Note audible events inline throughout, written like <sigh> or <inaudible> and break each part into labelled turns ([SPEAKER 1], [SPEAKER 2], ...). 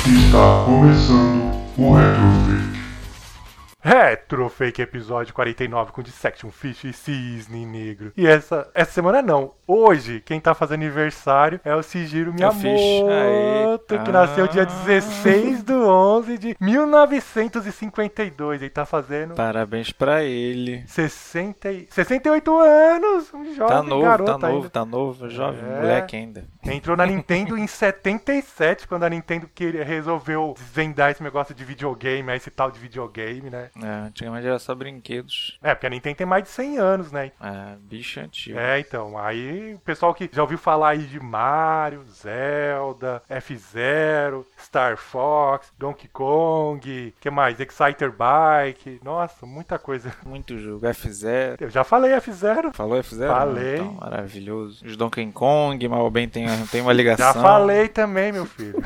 [SPEAKER 1] Está começando o Retrofit.
[SPEAKER 2] Retrofake episódio 49 com Dissection Fish e Cisne Negro. E essa, essa semana não. Hoje, quem tá fazendo aniversário é o Sigiro
[SPEAKER 3] Fish.
[SPEAKER 2] Miyamoto,
[SPEAKER 3] Aê.
[SPEAKER 2] que nasceu dia
[SPEAKER 3] Ah.
[SPEAKER 2] 16 do 11 de 1952. Ele tá fazendo
[SPEAKER 3] Parabéns pra ele.
[SPEAKER 2] 60, e- 68 anos. Um jovem
[SPEAKER 3] Tá novo,
[SPEAKER 2] garoto
[SPEAKER 3] tá novo,
[SPEAKER 2] ainda.
[SPEAKER 3] tá novo, jovem,
[SPEAKER 2] É.
[SPEAKER 3] moleque ainda.
[SPEAKER 2] Entrou na
[SPEAKER 3] <laughs>
[SPEAKER 2] Nintendo em 77, quando a Nintendo queria- resolveu desvendar esse negócio de videogame, aí esse tal de videogame, né?
[SPEAKER 3] É, antigamente era só brinquedos.
[SPEAKER 2] É, porque a Nintendo tem mais de 100 anos, né?
[SPEAKER 3] É, bicho antigo.
[SPEAKER 2] É, então, aí o pessoal que já ouviu falar aí de Mario, Zelda, F-Zero, Star Fox, Donkey Kong, que mais? Exciter Bike, nossa, muita coisa. <laughs>
[SPEAKER 3] Muito jogo. F0.
[SPEAKER 2] Eu já falei F-Zero,
[SPEAKER 3] Falou F0?
[SPEAKER 2] Falei.
[SPEAKER 3] Então, maravilhoso. Os Donkey Kong, mal ou bem tem, tem uma ligação.
[SPEAKER 2] já falei também, meu filho.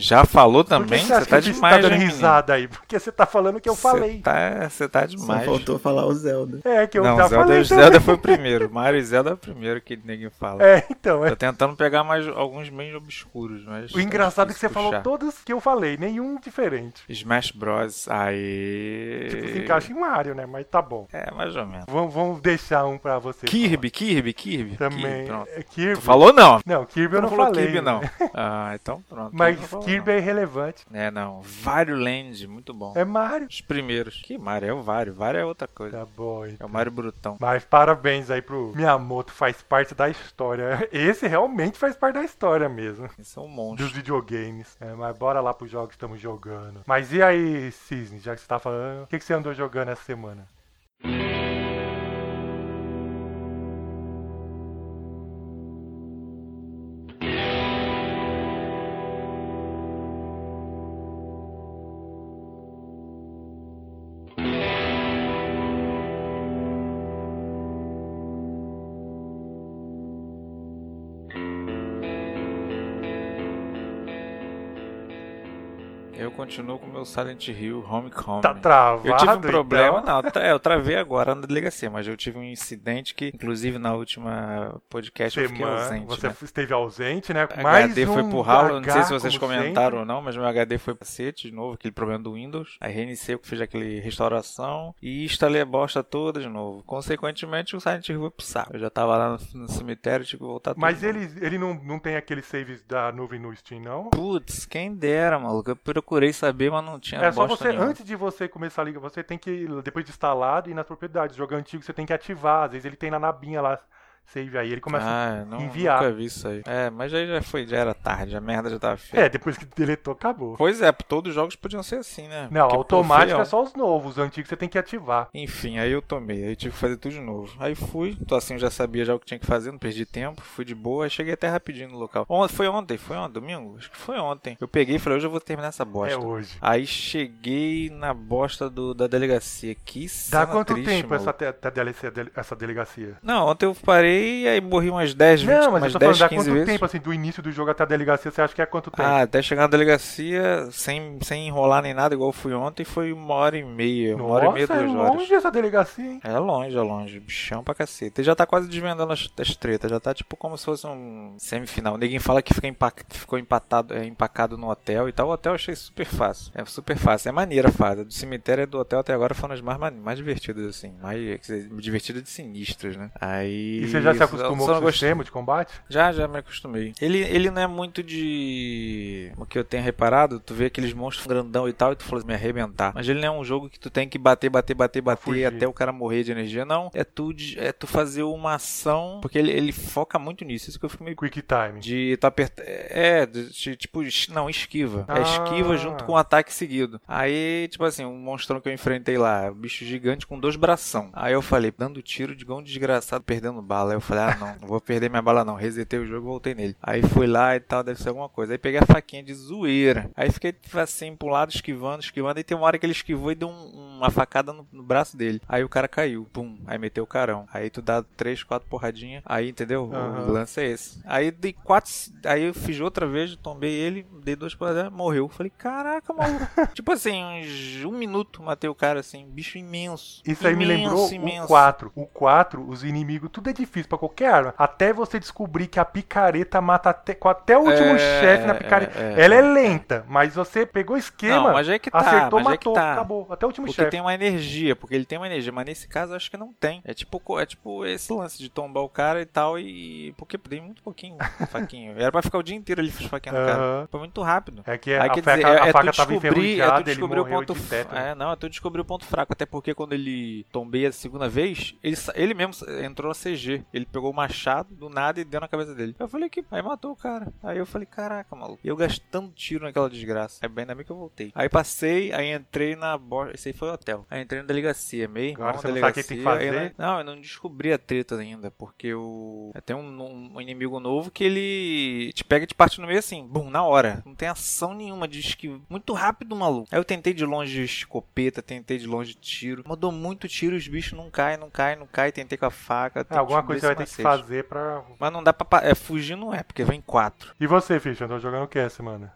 [SPEAKER 3] Já falou
[SPEAKER 2] Por que
[SPEAKER 3] também?
[SPEAKER 2] você acha
[SPEAKER 3] tá
[SPEAKER 2] que
[SPEAKER 3] demais,
[SPEAKER 2] você tá dando
[SPEAKER 3] hein,
[SPEAKER 2] risada aí? Porque você tá falando que eu
[SPEAKER 3] menino?
[SPEAKER 2] falei.
[SPEAKER 3] Você tá, você tá
[SPEAKER 4] Só
[SPEAKER 3] demais.
[SPEAKER 4] faltou falar o Zelda.
[SPEAKER 2] É, que eu
[SPEAKER 3] Não,
[SPEAKER 2] já
[SPEAKER 3] Zelda,
[SPEAKER 2] falei. também.
[SPEAKER 3] Zelda foi o primeiro. Mario e Zelda é o primeiro que ninguém fala.
[SPEAKER 2] É, então, é.
[SPEAKER 3] Tô tentando pegar mais alguns bem obscuros, mas.
[SPEAKER 2] O engraçado é que você falou
[SPEAKER 3] puxar.
[SPEAKER 2] todos que eu falei, nenhum diferente.
[SPEAKER 3] Smash Bros. Aí.
[SPEAKER 2] Tipo, se encaixa em Mario, né? Mas tá bom.
[SPEAKER 3] É, mais ou menos.
[SPEAKER 2] Vamos, vamos deixar um pra você.
[SPEAKER 3] Kirby, Kirby, Kirby.
[SPEAKER 2] Também.
[SPEAKER 3] Kirby, pronto.
[SPEAKER 2] É, Kirby.
[SPEAKER 3] Tu falou não.
[SPEAKER 2] Não, Kirby eu não,
[SPEAKER 3] falou
[SPEAKER 2] falei. né? <laughs>
[SPEAKER 3] Kirby, não. Ah, então pronto.
[SPEAKER 2] Mas
[SPEAKER 3] Não falou,
[SPEAKER 2] Kirby é irrelevante.
[SPEAKER 3] não. É, não. Vario Land, muito bom.
[SPEAKER 2] É Mario.
[SPEAKER 3] Os primeiros. Que Mario? É o Vario. Vario é outra coisa.
[SPEAKER 2] Tá bom.
[SPEAKER 3] É
[SPEAKER 2] então.
[SPEAKER 3] o Mario Brutão.
[SPEAKER 2] Mas parabéns aí pro Miyamoto, faz parte da história. <laughs> Esse realmente faz parte da história mesmo.
[SPEAKER 3] Esse é um
[SPEAKER 2] Dos
[SPEAKER 3] monstro.
[SPEAKER 2] videogames. É, mas bora lá pros jogos que estamos jogando. Mas e aí, Cisne, já que você tá falando, o que, que você andou jogando essa semana?
[SPEAKER 3] Eu continuo com o meu Silent Hill Homecoming.
[SPEAKER 2] Tá travado?
[SPEAKER 3] Eu tive um problema,
[SPEAKER 2] então?
[SPEAKER 3] não, é, eu travei agora na delegacia, mas eu tive um incidente que, inclusive, na última podcast eu fiquei
[SPEAKER 2] Semana,
[SPEAKER 3] ausente.
[SPEAKER 2] você
[SPEAKER 3] né?
[SPEAKER 2] esteve ausente, né?
[SPEAKER 3] HD
[SPEAKER 2] um
[SPEAKER 3] foi pro ralo, não sei se
[SPEAKER 2] H,
[SPEAKER 3] vocês
[SPEAKER 2] como
[SPEAKER 3] comentaram ou não, mas meu HD foi pra cacete de novo, aquele problema do Windows. Aí reiniciei, fiz aquele restauração e instalei a bosta toda de novo. Consequentemente, o Silent Hill foi pro saco. Eu já tava lá no, no cemitério, tive que voltar tudo.
[SPEAKER 2] Mas
[SPEAKER 3] de novo.
[SPEAKER 2] ele, ele não, não tem aquele saves da nuvem no Steam, não?
[SPEAKER 3] Putz, quem dera, maluco. Eu procurei saber, mas não tinha
[SPEAKER 2] É só
[SPEAKER 3] bosta
[SPEAKER 2] você,
[SPEAKER 3] nenhuma.
[SPEAKER 2] antes de você começar a liga, você tem que, depois de instalado e nas propriedades, jogo antigo, você tem que ativar. Às vezes ele tem na nabinha lá, save aí, ele começa.
[SPEAKER 3] ah, não,
[SPEAKER 2] enviar.
[SPEAKER 3] nunca vi isso aí. É, mas aí já foi, já era tarde, a merda já tava feita.
[SPEAKER 2] é, depois que deletou, acabou.
[SPEAKER 3] Pois é, todos os jogos podiam ser assim, né?
[SPEAKER 2] Não,
[SPEAKER 3] Porque, pô,
[SPEAKER 2] automático
[SPEAKER 3] feião.
[SPEAKER 2] é só os novos, os antigos você tem que ativar.
[SPEAKER 3] Enfim, aí eu tomei, aí tive que fazer tudo de novo. Aí fui, tô assim, eu já sabia já o que tinha que fazer, não perdi tempo, fui de boa, aí cheguei até rapidinho no local. Ontem, foi ontem, foi ontem, domingo? Acho que foi ontem. Eu peguei e falei, hoje eu vou terminar essa bosta.
[SPEAKER 2] É hoje.
[SPEAKER 3] Aí cheguei na bosta do, da delegacia. Que
[SPEAKER 2] Dá
[SPEAKER 3] Ah, cena
[SPEAKER 2] quanto
[SPEAKER 3] triste,
[SPEAKER 2] tempo
[SPEAKER 3] maluco.
[SPEAKER 2] essa, te- te- DLC dele- essa delegacia?
[SPEAKER 3] Não, ontem eu parei e aí morri umas 10, 20,
[SPEAKER 2] Não, mas
[SPEAKER 3] umas
[SPEAKER 2] eu tô falando,
[SPEAKER 3] 10,
[SPEAKER 2] dá
[SPEAKER 3] 15
[SPEAKER 2] quanto
[SPEAKER 3] vezes.
[SPEAKER 2] tempo, assim, do início do jogo até a delegacia, você acha que é quanto tempo?
[SPEAKER 3] Ah, até chegar na delegacia, sem, sem enrolar nem nada, igual eu fui ontem, foi uma hora e meia. Uma hora e meia,
[SPEAKER 2] Nossa,
[SPEAKER 3] duas
[SPEAKER 2] é
[SPEAKER 3] horas.
[SPEAKER 2] longe essa delegacia, hein?
[SPEAKER 3] É longe, é longe. Bichão pra caceta. E já tá quase desvendando as, as tretas. Já tá tipo como se fosse um semifinal. Ninguém fala que fica empa- ficou empatado, é, empacado no hotel e tal. O hotel eu achei super fácil. É super fácil. É maneira a fase. Do cemitério e do hotel até agora foram as mais, mane- mais divertidas, assim. Mais quer dizer, divertidas de sinistras, né? Aí.
[SPEAKER 2] E, você já se
[SPEAKER 3] só-
[SPEAKER 2] acostumou
[SPEAKER 3] só
[SPEAKER 2] com
[SPEAKER 3] não
[SPEAKER 2] o
[SPEAKER 3] gostei-
[SPEAKER 2] sistema de combate?
[SPEAKER 3] já, já me acostumei. Ele, ele não é muito de. O que eu tenho reparado, tu vê aqueles monstros grandão e tal, e tu fala assim, me arrebentar. Mas ele não é um jogo que tu tem que bater, bater, bater, bater
[SPEAKER 2] Fugir.
[SPEAKER 3] até o cara morrer de energia, não. É tu, de- é tu fazer uma ação. Porque ele, ele foca muito nisso. Isso que eu fico meio.
[SPEAKER 2] Quick Time.
[SPEAKER 3] De tu apertar. É, de- de- tipo, es- não, esquiva.
[SPEAKER 2] Ah.
[SPEAKER 3] É esquiva junto com o ataque seguido. Aí, tipo assim, um monstrão que eu enfrentei lá, um bicho gigante com dois bração. Aí eu falei, dando tiro de gão desgraçado, perdendo bala. bala. Aí eu falei, ah, não, não vou perder minha bala não. Resetei o jogo e voltei nele. Aí fui lá e tal, deve ser alguma coisa. Aí peguei a faquinha de zoeira. Aí fiquei assim, pro lado, esquivando, esquivando. E tem uma hora que ele esquivou e deu um- uma facada no, no braço dele. Aí o cara caiu, pum. Aí meteu o carão. Aí tu dá três, quatro porradinhas. Aí, entendeu?
[SPEAKER 2] Aham.
[SPEAKER 3] O lance é esse. Aí dei quatro. Aí eu fiz outra vez, tombei ele, dei duas porradinhas, morreu. Falei, caraca,
[SPEAKER 2] <laughs>
[SPEAKER 3] maluco. tipo assim, uns um minuto matei o cara assim, bicho imenso.
[SPEAKER 2] Isso aí me
[SPEAKER 3] Imenso,
[SPEAKER 2] lembrou o
[SPEAKER 3] imenso.
[SPEAKER 2] 4. O 4, os inimigos, tudo é difícil pra qualquer arma. Até você descobrir que a picareta mata até, com até o último
[SPEAKER 3] É,
[SPEAKER 2] chefe na picareta.
[SPEAKER 3] é, é.
[SPEAKER 2] Ela é lenta, mas você pegou o esquema,
[SPEAKER 3] Não, mas aí que tá,
[SPEAKER 2] acertou,
[SPEAKER 3] mas aí
[SPEAKER 2] matou,
[SPEAKER 3] que tá.
[SPEAKER 2] acabou. Até o último
[SPEAKER 3] Porque
[SPEAKER 2] chefe.
[SPEAKER 3] tem uma energia, porque ele tem uma energia, mas nesse caso eu acho que não tem. É tipo, co- é tipo esse lance de tombar o cara e tal, e. Porque dei muito pouquinho
[SPEAKER 2] <laughs>
[SPEAKER 3] faquinho. Era pra ficar o dia inteiro ali faquinho no cara.
[SPEAKER 2] Aham.
[SPEAKER 3] Foi muito rápido.
[SPEAKER 2] É que
[SPEAKER 3] Aí
[SPEAKER 2] a,
[SPEAKER 3] quer
[SPEAKER 2] faca,
[SPEAKER 3] dizer,
[SPEAKER 2] a
[SPEAKER 3] é, é
[SPEAKER 2] faca
[SPEAKER 3] tu
[SPEAKER 2] tava
[SPEAKER 3] descobrir, é tu
[SPEAKER 2] enferrujada, ele
[SPEAKER 3] descobrir o
[SPEAKER 2] morreu
[SPEAKER 3] ponto
[SPEAKER 2] de
[SPEAKER 3] fraco.
[SPEAKER 2] tétano.
[SPEAKER 3] É, não, é tu descobrir o ponto fraco. Até porque quando ele tombei a segunda vez, ele, sa- ele mesmo sa- entrou na CG. Ele pegou o machado do nada e deu na cabeça dele. Eu falei que. Aí matou o cara. Aí eu falei, caraca, maluco. E eu gastando tiro naquela desgraça. É bem ainda bem que eu voltei. Aí passei, aí entrei na borda. Esse aí foi o hotel. Aí entrei na delegacia, meio.
[SPEAKER 2] Agora
[SPEAKER 3] irmão,
[SPEAKER 2] você não sabe o que tem que
[SPEAKER 3] delegacia,
[SPEAKER 2] fazer?
[SPEAKER 3] aí eu- não, eu não descobri a treta ainda, porque o. Tem um, um inimigo novo que ele te pega e te parte no meio assim, bum, na hora. Não tem ação nenhuma, diz que. Muito rápido, maluco. Aí eu tentei de longe escopeta, tentei de longe tiro. Mandou muito tiro, os bichos não caem, não caem, não caem. Tentei com a faca.
[SPEAKER 2] É,
[SPEAKER 3] tentei
[SPEAKER 2] alguma
[SPEAKER 3] descobrir
[SPEAKER 2] coisa você vai ter
[SPEAKER 3] esse
[SPEAKER 2] que
[SPEAKER 3] macete.
[SPEAKER 2] fazer pra.
[SPEAKER 3] Mas não dá pra. pa- É, fugir não é, porque vem quatro.
[SPEAKER 2] E você, Ficha, andou jogando o que essa semana?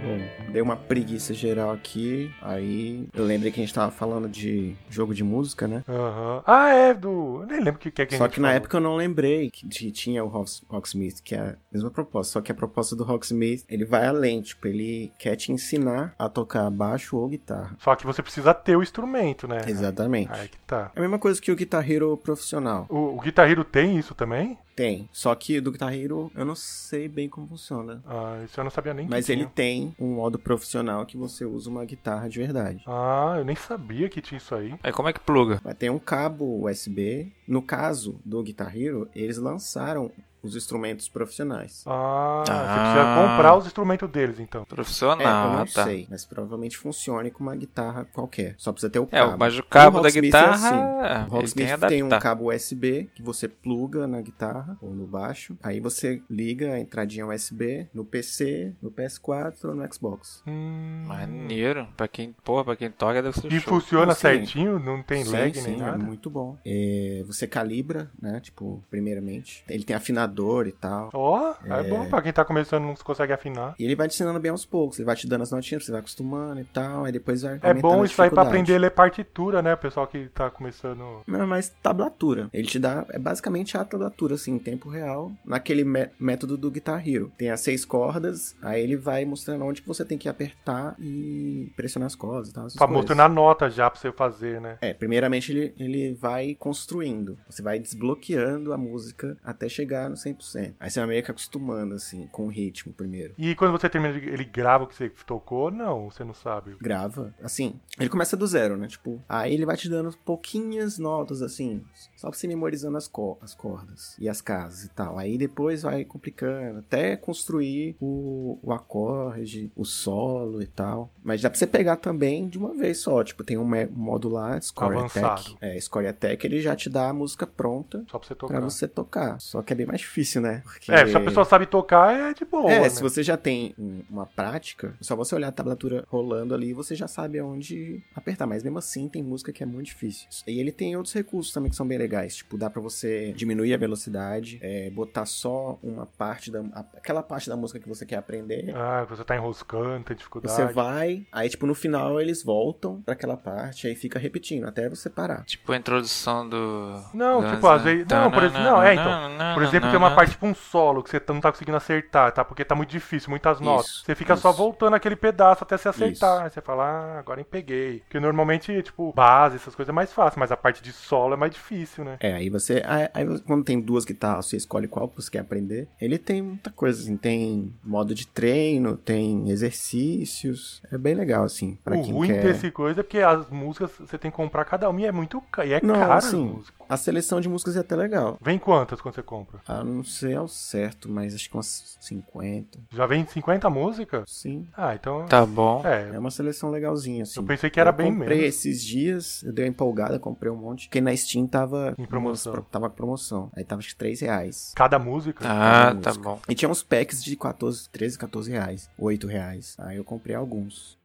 [SPEAKER 4] Bom, deu uma preguiça geral aqui. Aí eu lembrei que a gente tava falando de jogo de música, né?
[SPEAKER 2] Aham. Ah, é, do. Eu nem lembro o que, que é que a
[SPEAKER 4] Só
[SPEAKER 2] gente
[SPEAKER 4] que na
[SPEAKER 2] falou.
[SPEAKER 4] época eu não lembrei que t- tinha o Rocks- Rocksmith, que é a mesma proposta. Só que a proposta do Rocksmith, ele vai além. Tipo, ele quer te ensinar a tocar baixo ou guitarra.
[SPEAKER 2] Só que você precisa ter o instrumento, né?
[SPEAKER 4] Exatamente.
[SPEAKER 2] Aí que tá.
[SPEAKER 4] É a mesma coisa que o Guitar Hero profissional.
[SPEAKER 2] O, o Guitar Hero tem isso também?
[SPEAKER 4] Tem. Só que do Guitar Hero eu não sei bem como funciona.
[SPEAKER 2] Ah, isso eu não sabia nem que
[SPEAKER 4] Mas
[SPEAKER 2] tinha.
[SPEAKER 4] ele tem um modo profissional que você usa uma guitarra de verdade.
[SPEAKER 2] Ah, eu nem sabia que tinha isso aí.
[SPEAKER 3] Aí como é que pluga?
[SPEAKER 4] Vai ter um cabo USB. No caso do Guitar Hero, eles lançaram os instrumentos profissionais.
[SPEAKER 2] Ah, você
[SPEAKER 3] Ah.
[SPEAKER 2] precisa comprar os instrumentos deles, então.
[SPEAKER 4] É, eu
[SPEAKER 3] Profissional,
[SPEAKER 4] não
[SPEAKER 3] tá.
[SPEAKER 4] sei, mas provavelmente funcione com uma guitarra qualquer. Só precisa ter o
[SPEAKER 3] É,
[SPEAKER 4] cabo.
[SPEAKER 3] mas o cabo
[SPEAKER 4] O
[SPEAKER 3] da
[SPEAKER 4] Rocksmith é
[SPEAKER 3] guitarra.
[SPEAKER 4] O
[SPEAKER 3] ele tem que
[SPEAKER 4] Rocksmith
[SPEAKER 3] adaptar.
[SPEAKER 4] tem um cabo USB que você pluga na guitarra ou no baixo. Aí você liga a entradinha USB no PC, no PS4 ou no Xbox.
[SPEAKER 2] Hum.
[SPEAKER 3] Maneiro. Pra quem, porra, pra quem toca deve ser
[SPEAKER 2] E
[SPEAKER 3] show.
[SPEAKER 2] funciona
[SPEAKER 4] Sim.
[SPEAKER 2] certinho? Não tem
[SPEAKER 4] sim,
[SPEAKER 2] lag
[SPEAKER 4] sim,
[SPEAKER 2] nem
[SPEAKER 4] é
[SPEAKER 2] nada?
[SPEAKER 4] muito bom. É, você calibra, né? Tipo, primeiramente. Ele tem afinador e tal.
[SPEAKER 2] Ó, é... bom pra quem tá começando não consegue afinar.
[SPEAKER 4] E ele vai te ensinando bem aos poucos. Ele vai te dando as notinhas, você vai acostumando e tal. Aí depois vai
[SPEAKER 2] É
[SPEAKER 4] Tá aumentando
[SPEAKER 2] bom
[SPEAKER 4] a
[SPEAKER 2] isso aí pra
[SPEAKER 4] dificuldade.
[SPEAKER 2] aprender a ler partitura, né? O pessoal que tá começando.
[SPEAKER 4] Não, mas tablatura. Ele te dá, é basicamente a tablatura, assim, em tempo real, naquele mé- método do Guitar Hero. Tem as seis cordas, aí ele vai mostrando onde que você tem que apertar e pressionar as cordas e tal. essas
[SPEAKER 2] Pra
[SPEAKER 4] coisas.
[SPEAKER 2] mostrar a nota já pra você fazer, né?
[SPEAKER 4] É, primeiramente ele, ele vai construindo. Você vai desbloqueando a música até chegar no 100%. Aí você vai meio que acostumando, assim, com o ritmo primeiro.
[SPEAKER 2] E quando você termina, de- ele grava o que você tocou? Não, você não sabe.
[SPEAKER 4] grava, assim, ele começa do zero, né? Tipo, aí ele vai te dando pouquinhas notas, assim, só pra você memorizando as, co- as cordas e as casas e tal. Aí depois vai complicando, até construir o, o acorde, o solo e tal. Mas dá pra você pegar também de uma vez só, tipo, tem um me- modo lá, Score
[SPEAKER 2] Avançado.
[SPEAKER 4] Attack. É, Score Attack, ele já te dá a música pronta
[SPEAKER 2] Só pra você
[SPEAKER 4] pra
[SPEAKER 2] tocar.
[SPEAKER 4] você tocar. Só que é bem mais difícil, né? Porque-
[SPEAKER 2] É, se a pessoa sabe tocar, é de boa.
[SPEAKER 4] é,
[SPEAKER 2] né?
[SPEAKER 4] se você já tem um- uma prática, só você olhar a tablatura rolando ali, você já sabe aonde apertar. Mas mesmo assim, tem música que é muito difícil. E ele tem outros recursos também que são bem legais. Tipo, dá pra você diminuir a velocidade, é, botar só uma parte da. a- aquela parte da música que você quer aprender.
[SPEAKER 2] Ah, você tá enroscando, tem
[SPEAKER 4] Você
[SPEAKER 2] dificuldade.
[SPEAKER 4] vai, aí tipo no final eles voltam pra aquela parte, aí fica repetindo até você parar.
[SPEAKER 3] Tipo a introdução do.
[SPEAKER 2] Não,
[SPEAKER 3] do-
[SPEAKER 2] tipo, às vezes- não, por exemplo- não, é, então. Por exemplo, tem tem uma
[SPEAKER 3] Aham.
[SPEAKER 2] parte tipo um solo que você não tá conseguindo acertar, tá? Porque tá muito difícil, muitas notas.
[SPEAKER 4] Isso,
[SPEAKER 2] você fica só
[SPEAKER 4] isso.
[SPEAKER 2] voltando aquele pedaço até você acertar.
[SPEAKER 4] Isso.
[SPEAKER 2] Aí você fala, ah, agora eu peguei. Porque normalmente, tipo, base, essas coisas é mais fácil, mas a parte de solo é mais difícil, né?
[SPEAKER 4] É, aí você. Aí, aí você- quando tem duas guitarras, você escolhe qual que você quer aprender. Ele tem muita coisa, assim. Tem modo de treino, tem exercícios. É bem legal, assim. Pra
[SPEAKER 2] o
[SPEAKER 4] quem
[SPEAKER 2] ruim
[SPEAKER 4] quer.
[SPEAKER 2] desse coisa é porque as músicas você tem que comprar cada uma e é muito ca- e é
[SPEAKER 4] Não,
[SPEAKER 2] caro.
[SPEAKER 4] assim, A seleção de músicas é até legal.
[SPEAKER 2] Vem quantas quando você compra?
[SPEAKER 4] Ah, não sei ao certo, mas acho que umas 50.
[SPEAKER 2] Já vem 50 músicas?
[SPEAKER 4] Sim.
[SPEAKER 2] Ah, então.
[SPEAKER 3] Tá bom.
[SPEAKER 2] É,
[SPEAKER 4] É uma seleção legalzinha, assim.
[SPEAKER 2] eu pensei que era
[SPEAKER 4] eu
[SPEAKER 2] bem
[SPEAKER 4] comprei
[SPEAKER 2] menos.
[SPEAKER 4] esses dias, eu dei uma empolgada, comprei um monte. Porque na Steam tava.
[SPEAKER 2] Em promoção.
[SPEAKER 4] umas- Tava com promoção. Aí tava acho que 3 reais.
[SPEAKER 2] Cada música.
[SPEAKER 3] Ah,
[SPEAKER 4] música.
[SPEAKER 3] tá bom.
[SPEAKER 4] E tinha uns packs de 14, 13, 14 reais. 8 reais. Aí eu comprei alguns.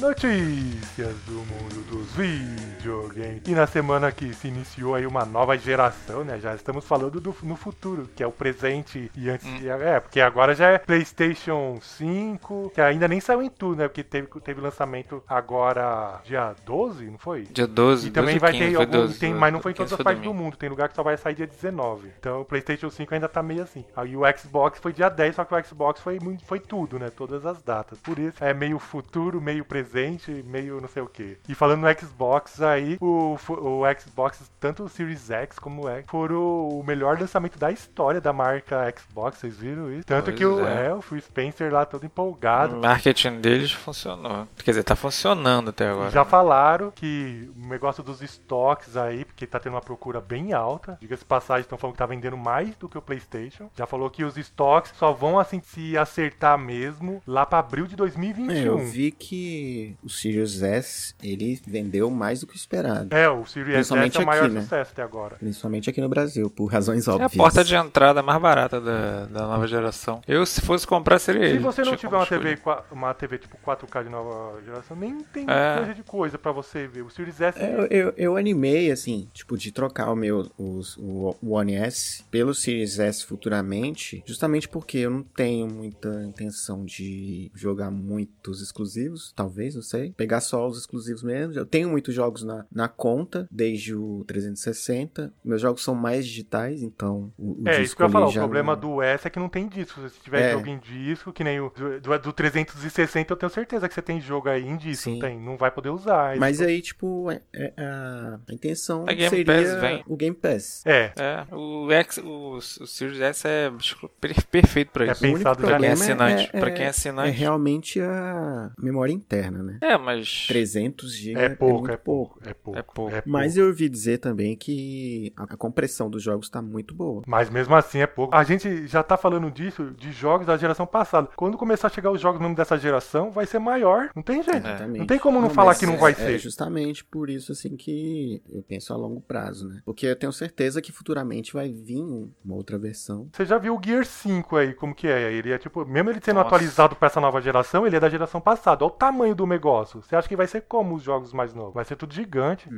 [SPEAKER 2] Notícias do mundo dos videogames. E na semana que se iniciou aí uma nova geração, né? Já estamos falando do no futuro, que é o presente e antes. e a- É, porque agora já é PlayStation 5, que ainda nem saiu em tudo, né? Porque teve, teve lançamento agora dia 12, não foi?
[SPEAKER 3] Dia 12,
[SPEAKER 2] E também
[SPEAKER 3] 12
[SPEAKER 2] vai
[SPEAKER 3] 15,
[SPEAKER 2] ter
[SPEAKER 3] foi
[SPEAKER 2] algum.
[SPEAKER 3] 12,
[SPEAKER 2] tem,
[SPEAKER 3] foi-
[SPEAKER 2] mas não foi em todas
[SPEAKER 3] 15
[SPEAKER 2] as partes do
[SPEAKER 3] domingo.
[SPEAKER 2] mundo. Tem lugar que só vai sair dia 19. Então o PlayStation 5 ainda tá meio assim. Aí o Xbox foi dia 10, só que o Xbox foi, muito- foi tudo, né? Todas as datas. Por isso é meio futuro, meio presente, meio não sei o quê. E falando no Xbox, aí o, fo- o Xbox, tanto o Series X como o X, foram o melhor lançamento da história da marca Xbox. Vocês viram isso? Tanto
[SPEAKER 3] Pois
[SPEAKER 2] que o,
[SPEAKER 3] é.
[SPEAKER 2] é, o Phil Spencer lá todo empolgado.
[SPEAKER 3] O marketing deles funcionou. Quer dizer, tá funcionando até agora.
[SPEAKER 2] Já falaram que o negócio dos estoques aí, porque tá tendo uma procura bem alta. Diga-se de passagem, estão falando que tá vendendo mais do que o PlayStation. Já falou que os estoques só vão assim se acertar mesmo lá pra abril de
[SPEAKER 4] É, eu
[SPEAKER 2] 2021.
[SPEAKER 4] vi que o Sirius S, ele vendeu mais do que o esperado.
[SPEAKER 2] É, o Series S
[SPEAKER 4] Principalmente
[SPEAKER 2] é o maior
[SPEAKER 4] aqui, né?
[SPEAKER 2] sucesso até agora.
[SPEAKER 4] Principalmente aqui no Brasil, por razões
[SPEAKER 3] É a
[SPEAKER 4] óbvias.
[SPEAKER 3] porta de entrada mais barata da, da nova geração. Eu, se fosse comprar, seria ele. Tipo,
[SPEAKER 2] Se você não tiver
[SPEAKER 3] Tinha como
[SPEAKER 2] uma TV,
[SPEAKER 3] escolher.
[SPEAKER 2] qua- uma TV tipo 4K de nova geração, nem tem
[SPEAKER 3] É.
[SPEAKER 2] coisa de coisa pra você ver. O Series S
[SPEAKER 4] É, eu, eu, eu animei, assim, tipo, de trocar o meu os, o One S pelo Series S futuramente, justamente porque eu não tenho muita intenção de jogar muitos exclusivos, talvez, não sei. Pegar só os exclusivos mesmo. Eu tenho muitos jogos na, na conta, desde o 360. Meus jogos são mais digitais, então o, o
[SPEAKER 2] É,
[SPEAKER 4] de
[SPEAKER 2] isso que eu ia falar. O
[SPEAKER 4] escolher já
[SPEAKER 2] problema
[SPEAKER 4] não-
[SPEAKER 2] do S é que não tem disco. Se tiver
[SPEAKER 4] É.
[SPEAKER 2] jogo em disco, que nem o do, do- do 360, eu tenho certeza que você tem jogo aí em disco.
[SPEAKER 4] Sim.
[SPEAKER 2] Tem, não vai poder usar.
[SPEAKER 4] Mas aí, tipo, é- é- a, a intenção
[SPEAKER 3] A Game
[SPEAKER 4] seria
[SPEAKER 3] Pass vem.
[SPEAKER 4] o Game Pass.
[SPEAKER 2] É,
[SPEAKER 3] É, o, X, o, o Series S é exclu- per- perfeito pra
[SPEAKER 2] É
[SPEAKER 3] isso.
[SPEAKER 2] bem-
[SPEAKER 4] O único
[SPEAKER 2] Pensado já.
[SPEAKER 3] Pra quem é
[SPEAKER 4] problema
[SPEAKER 3] assinante.
[SPEAKER 4] é-
[SPEAKER 3] pra quem é
[SPEAKER 4] é
[SPEAKER 3] assinante.
[SPEAKER 4] realmente a memória interna, né?
[SPEAKER 3] É, mas.
[SPEAKER 4] 300 GB
[SPEAKER 2] é pouco,
[SPEAKER 4] muito
[SPEAKER 2] é pouco, é pouco.
[SPEAKER 3] É pouco.
[SPEAKER 4] Mas eu ouvi dizer também que a a compressão dos jogos tá muito boa.
[SPEAKER 2] Mas mesmo assim é pouco. A gente já tá falando disso, de jogos da geração passada. Quando começar a chegar os jogos mesmo dessa geração, vai ser maior. Não tem
[SPEAKER 3] É.
[SPEAKER 2] jeito.
[SPEAKER 4] Exatamente.
[SPEAKER 2] Não tem como não falar
[SPEAKER 4] mas
[SPEAKER 2] que não
[SPEAKER 4] é-
[SPEAKER 2] vai
[SPEAKER 4] é
[SPEAKER 2] ser.
[SPEAKER 4] justamente por isso assim que eu penso a longo prazo, né? Porque eu tenho certeza que futuramente vai vir um, uma outra versão.
[SPEAKER 2] Você já viu o Gear 5 aí, como que é? Ele é tipo, mesmo ele sendo
[SPEAKER 3] Nossa.
[SPEAKER 2] atualizado pra essa nova geração, ele é da geração passada. Olha o tamanho do negócio. Você acha que vai ser como os jogos mais novos? Vai ser tudo gigante.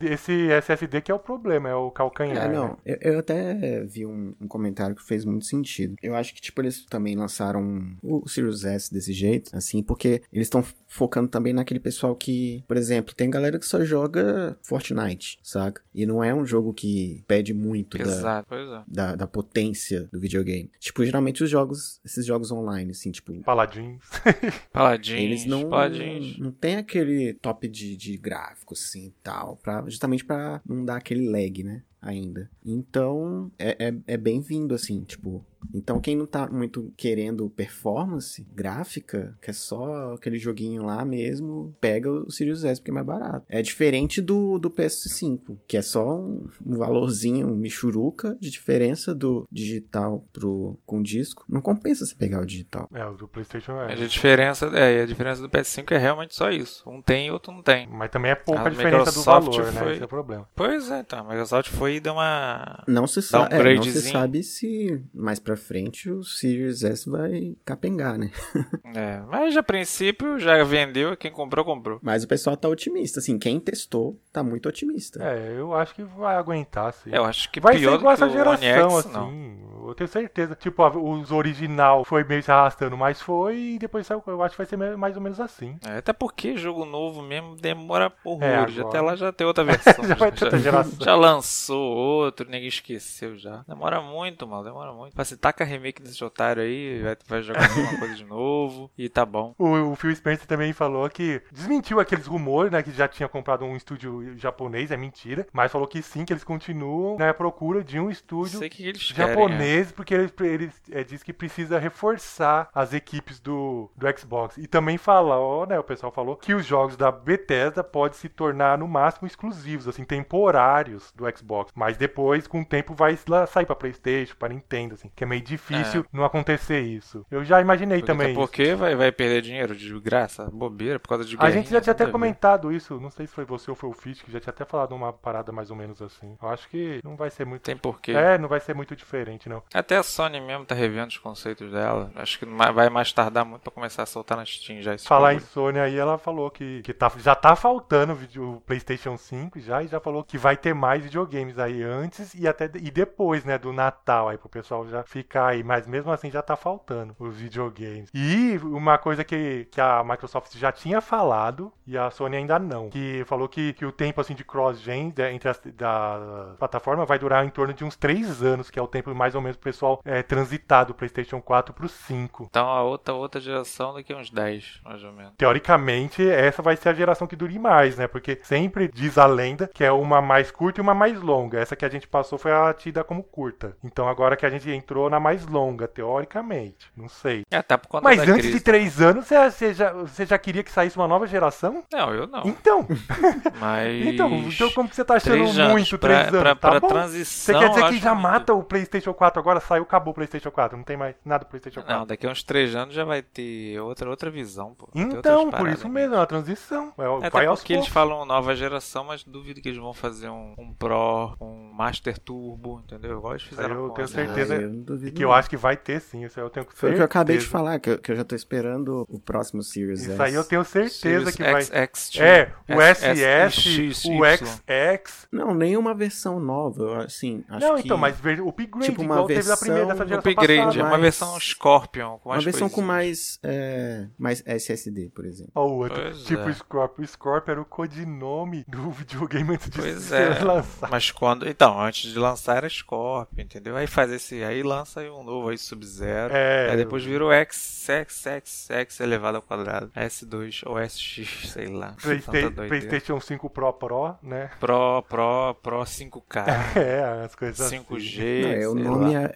[SPEAKER 2] Esse SSD que é o problema, é o calcanhar.
[SPEAKER 4] É,
[SPEAKER 2] né?
[SPEAKER 4] não. Eu, eu até vi um, um comentário que fez muito sentido. Eu acho que, tipo, eles também lançaram o Sirius S desse jeito, assim, porque eles estão focando também naquele pessoal que, por exemplo, tem galera que só joga Fortnite, saca? E não é um jogo que pede muito da,
[SPEAKER 3] Exato, pois é.
[SPEAKER 4] da, da potência do videogame. Tipo, geralmente os jogos, esses jogos online, assim, tipo.
[SPEAKER 2] Paladins.
[SPEAKER 3] Paladins.
[SPEAKER 4] Eles não,
[SPEAKER 3] Paladins.
[SPEAKER 4] não tem aquele top de, de gráfico, assim, e tal, pra, justamente pra não dar aquele lag, né, ainda. Então, é, é, é bem-vindo, assim, tipo, Então, quem não tá muito querendo performance gráfica, que é só aquele joguinho lá mesmo, pega o Sirius S porque é mais barato. É diferente do, do PS5, que é só um, um valorzinho, um michuruca de diferença do digital pro, com disco. Não compensa você pegar o digital.
[SPEAKER 2] É, o do PlayStation
[SPEAKER 3] A
[SPEAKER 2] é.
[SPEAKER 3] diferença, é, a diferença do PS5 é realmente só isso. Um tem e outro não tem.
[SPEAKER 2] Mas também é pouca
[SPEAKER 3] A
[SPEAKER 2] diferença do
[SPEAKER 3] Microsoft
[SPEAKER 2] valor, né?
[SPEAKER 3] foi-
[SPEAKER 2] Esse é o problema.
[SPEAKER 3] Pois é, então. A Microsoft foi e deu uma.
[SPEAKER 4] Não se,
[SPEAKER 3] Dá um
[SPEAKER 4] sa é, não se
[SPEAKER 3] gradezinho. sabe
[SPEAKER 4] sabe se mais pra frente o Sirius S vai capengar, né?
[SPEAKER 3] É, mas a princípio já vendeu. Quem comprou, comprou.
[SPEAKER 4] Mas o pessoal tá otimista, assim, quem testou tá muito otimista.
[SPEAKER 2] É, eu acho que vai aguentar, sim.
[SPEAKER 3] É, Eu acho que
[SPEAKER 2] vai
[SPEAKER 3] pior
[SPEAKER 2] ser igual
[SPEAKER 3] do que
[SPEAKER 2] essa
[SPEAKER 3] o One X,
[SPEAKER 2] geração,
[SPEAKER 3] não.
[SPEAKER 2] assim. Eu tenho certeza. Tipo, a- os original foi meio se arrastando, mas foi, e depois saiu. Eu acho que vai ser me- mais ou menos assim. <laughs>
[SPEAKER 3] É, até porque jogo novo mesmo demora
[SPEAKER 2] É,
[SPEAKER 3] horrores.
[SPEAKER 2] agora.
[SPEAKER 3] até lá já tem outra versão.
[SPEAKER 2] <laughs> Já vai ter outra geração.
[SPEAKER 3] já lançou outro, ninguém esqueceu já. Demora muito, mano, demora muito. Mas Você taca remake desse otário aí, vai, vai jogar alguma coisa de novo e tá bom.
[SPEAKER 2] O, o Phil Spencer também falou que desmentiu aqueles rumores, né? Que já tinha comprado um estúdio japonês, é mentira. Mas falou que sim, que eles continuam na procura de um estúdio
[SPEAKER 3] Sei o que eles querem, é.
[SPEAKER 2] japonês, porque ele, ele é, diz que precisa reforçar as equipes do, do Xbox. E também falou, né, o pessoal falou, que os jogos da Bethesda podem se tornar, no máximo, exclusivos, assim, temporários do Xbox. Mas depois, com o tempo, vai lá sair pra Playstation, pra Nintendo, assim, que é meio difícil não acontecer isso. Eu já imaginei
[SPEAKER 3] Porque
[SPEAKER 2] também
[SPEAKER 3] até
[SPEAKER 2] isso.
[SPEAKER 3] porque vai, vai perder dinheiro de graça, bobeira, por causa de
[SPEAKER 2] A
[SPEAKER 3] guerrinha,
[SPEAKER 2] gente já tinha
[SPEAKER 3] nada
[SPEAKER 2] até
[SPEAKER 3] a ver.
[SPEAKER 2] comentado isso, não sei se foi você ou foi o Fitch, que já tinha até falado uma parada mais ou menos assim. Eu acho que não vai ser muito...
[SPEAKER 3] Tem porquê.
[SPEAKER 2] É, não vai ser muito diferente, não.
[SPEAKER 3] Até a Sony mesmo tá revendo os conceitos dela. Acho que ma- vai mais tardar muito pra começar a soltar na Steam já. esse
[SPEAKER 2] Falar em
[SPEAKER 3] bagulho.
[SPEAKER 2] Sony aí, ela falou que, que tá, já tá faltando vídeo- o PlayStation 5 já, e já falou que vai ter mais videogames aí antes e até de- e depois, né, do Natal aí pro pessoal já ficar aí, mas mesmo assim já tá faltando os videogames. E uma coisa que, que a Microsoft já tinha falado e a Sony ainda não, que falou que, que o tempo assim de cross-gen né, entre as da plataforma vai durar em torno de uns 3 anos, que é o tempo mais ou menos pro pessoal é, transitar do PlayStation 4 pro 5.
[SPEAKER 3] Então a outra, outra geração daqui a uns 10, mais ou menos.
[SPEAKER 2] Teoricamente, essa vai ser a geração que dure mais, né? Porque sempre diz a lenda que é uma mais curta e uma mais longa. Essa que a gente passou foi a tida como curta. Então agora que a gente entrou na mais longa, teoricamente. Não sei.
[SPEAKER 3] É, tá por conta
[SPEAKER 2] Mas
[SPEAKER 3] da
[SPEAKER 2] antes
[SPEAKER 3] crise.
[SPEAKER 2] de três anos, você- você já, você já queria que saísse uma nova geração?
[SPEAKER 3] Não, eu não.
[SPEAKER 2] <laughs> Então,
[SPEAKER 3] Mas.
[SPEAKER 2] então, então como que você tá achando
[SPEAKER 3] três anos
[SPEAKER 2] muito
[SPEAKER 3] pra,
[SPEAKER 2] três anos?
[SPEAKER 3] Pra,
[SPEAKER 2] tá
[SPEAKER 3] pra
[SPEAKER 2] bom? Você
[SPEAKER 3] transição.
[SPEAKER 2] quer dizer
[SPEAKER 3] eu
[SPEAKER 2] que
[SPEAKER 3] acho
[SPEAKER 2] já
[SPEAKER 3] muito.
[SPEAKER 2] mata o PlayStation 4 agora? Saiu, acabou o PlayStation 4. Não tem mais nada do PlayStation 4.
[SPEAKER 3] Não, daqui a uns três anos já vai ter outra, outra visão, pô. Vai ter outras
[SPEAKER 2] então, por
[SPEAKER 3] paradas,
[SPEAKER 2] isso
[SPEAKER 3] né?
[SPEAKER 2] mesmo, é uma transição. É,
[SPEAKER 3] Até
[SPEAKER 2] vai aos
[SPEAKER 3] porque eles
[SPEAKER 2] poucos.
[SPEAKER 3] falam nova geração, mas duvido que eles vão fazer um, um Pro, um Master Turbo, entendeu? Igual eles fizeram
[SPEAKER 2] Eu
[SPEAKER 3] com
[SPEAKER 2] tenho
[SPEAKER 3] a-
[SPEAKER 2] certeza
[SPEAKER 4] Ah, eu não duvido
[SPEAKER 2] Que eu
[SPEAKER 4] não.
[SPEAKER 2] acho que vai ter sim, isso aí eu tenho certeza.
[SPEAKER 4] Foi o que eu acabei de falar, que eu, que eu já tô esperando o próximo Sirius
[SPEAKER 2] Isso
[SPEAKER 4] S.
[SPEAKER 2] aí eu tenho certeza
[SPEAKER 3] Sirius
[SPEAKER 2] que vai.
[SPEAKER 3] XX,
[SPEAKER 2] É, o
[SPEAKER 3] S-
[SPEAKER 2] SS, o
[SPEAKER 3] SXY.
[SPEAKER 2] XX.
[SPEAKER 4] Não, nenhuma versão nova, eu, assim, acho
[SPEAKER 2] Não,
[SPEAKER 4] que...
[SPEAKER 2] então, mas ver- o upgrade
[SPEAKER 4] tipo, uma
[SPEAKER 2] igual teve da
[SPEAKER 4] versão-
[SPEAKER 2] primeira dessa
[SPEAKER 4] um
[SPEAKER 3] Um
[SPEAKER 2] geração
[SPEAKER 3] upgrade, é
[SPEAKER 2] passada.
[SPEAKER 3] uma
[SPEAKER 4] mais-
[SPEAKER 3] versão Scorpion. Com
[SPEAKER 4] Uma
[SPEAKER 3] mais
[SPEAKER 4] versão com
[SPEAKER 3] coisinhas.
[SPEAKER 4] mais, é, mais SSD, por exemplo.
[SPEAKER 2] Ó, o outro,
[SPEAKER 3] Pois
[SPEAKER 2] <laughs> tipo
[SPEAKER 3] é.
[SPEAKER 2] Scorpio. O Scorpio era o codinome do <laughs> videogame antes de
[SPEAKER 3] Pois
[SPEAKER 2] ser
[SPEAKER 3] é.
[SPEAKER 2] lançado.
[SPEAKER 3] Mas quando. Então, antes de lançar era Scorpion, entendeu? Aí faz esse. Aí lança aí um novo aí Sub-Zero.
[SPEAKER 2] É,
[SPEAKER 3] Aí depois vira o X, X, X, X elevado ao quadrado. S2 ou SX, sei lá.
[SPEAKER 2] Playsta-
[SPEAKER 3] Tanta doideira.
[SPEAKER 2] PlayStation 5 Pro Pro, né? <laughs>
[SPEAKER 3] Pro, Pro, Pro 5K,
[SPEAKER 2] É, as coisas assim.
[SPEAKER 3] 5G.
[SPEAKER 4] Não, é, o
[SPEAKER 3] sei
[SPEAKER 4] nome
[SPEAKER 3] lá.
[SPEAKER 4] é,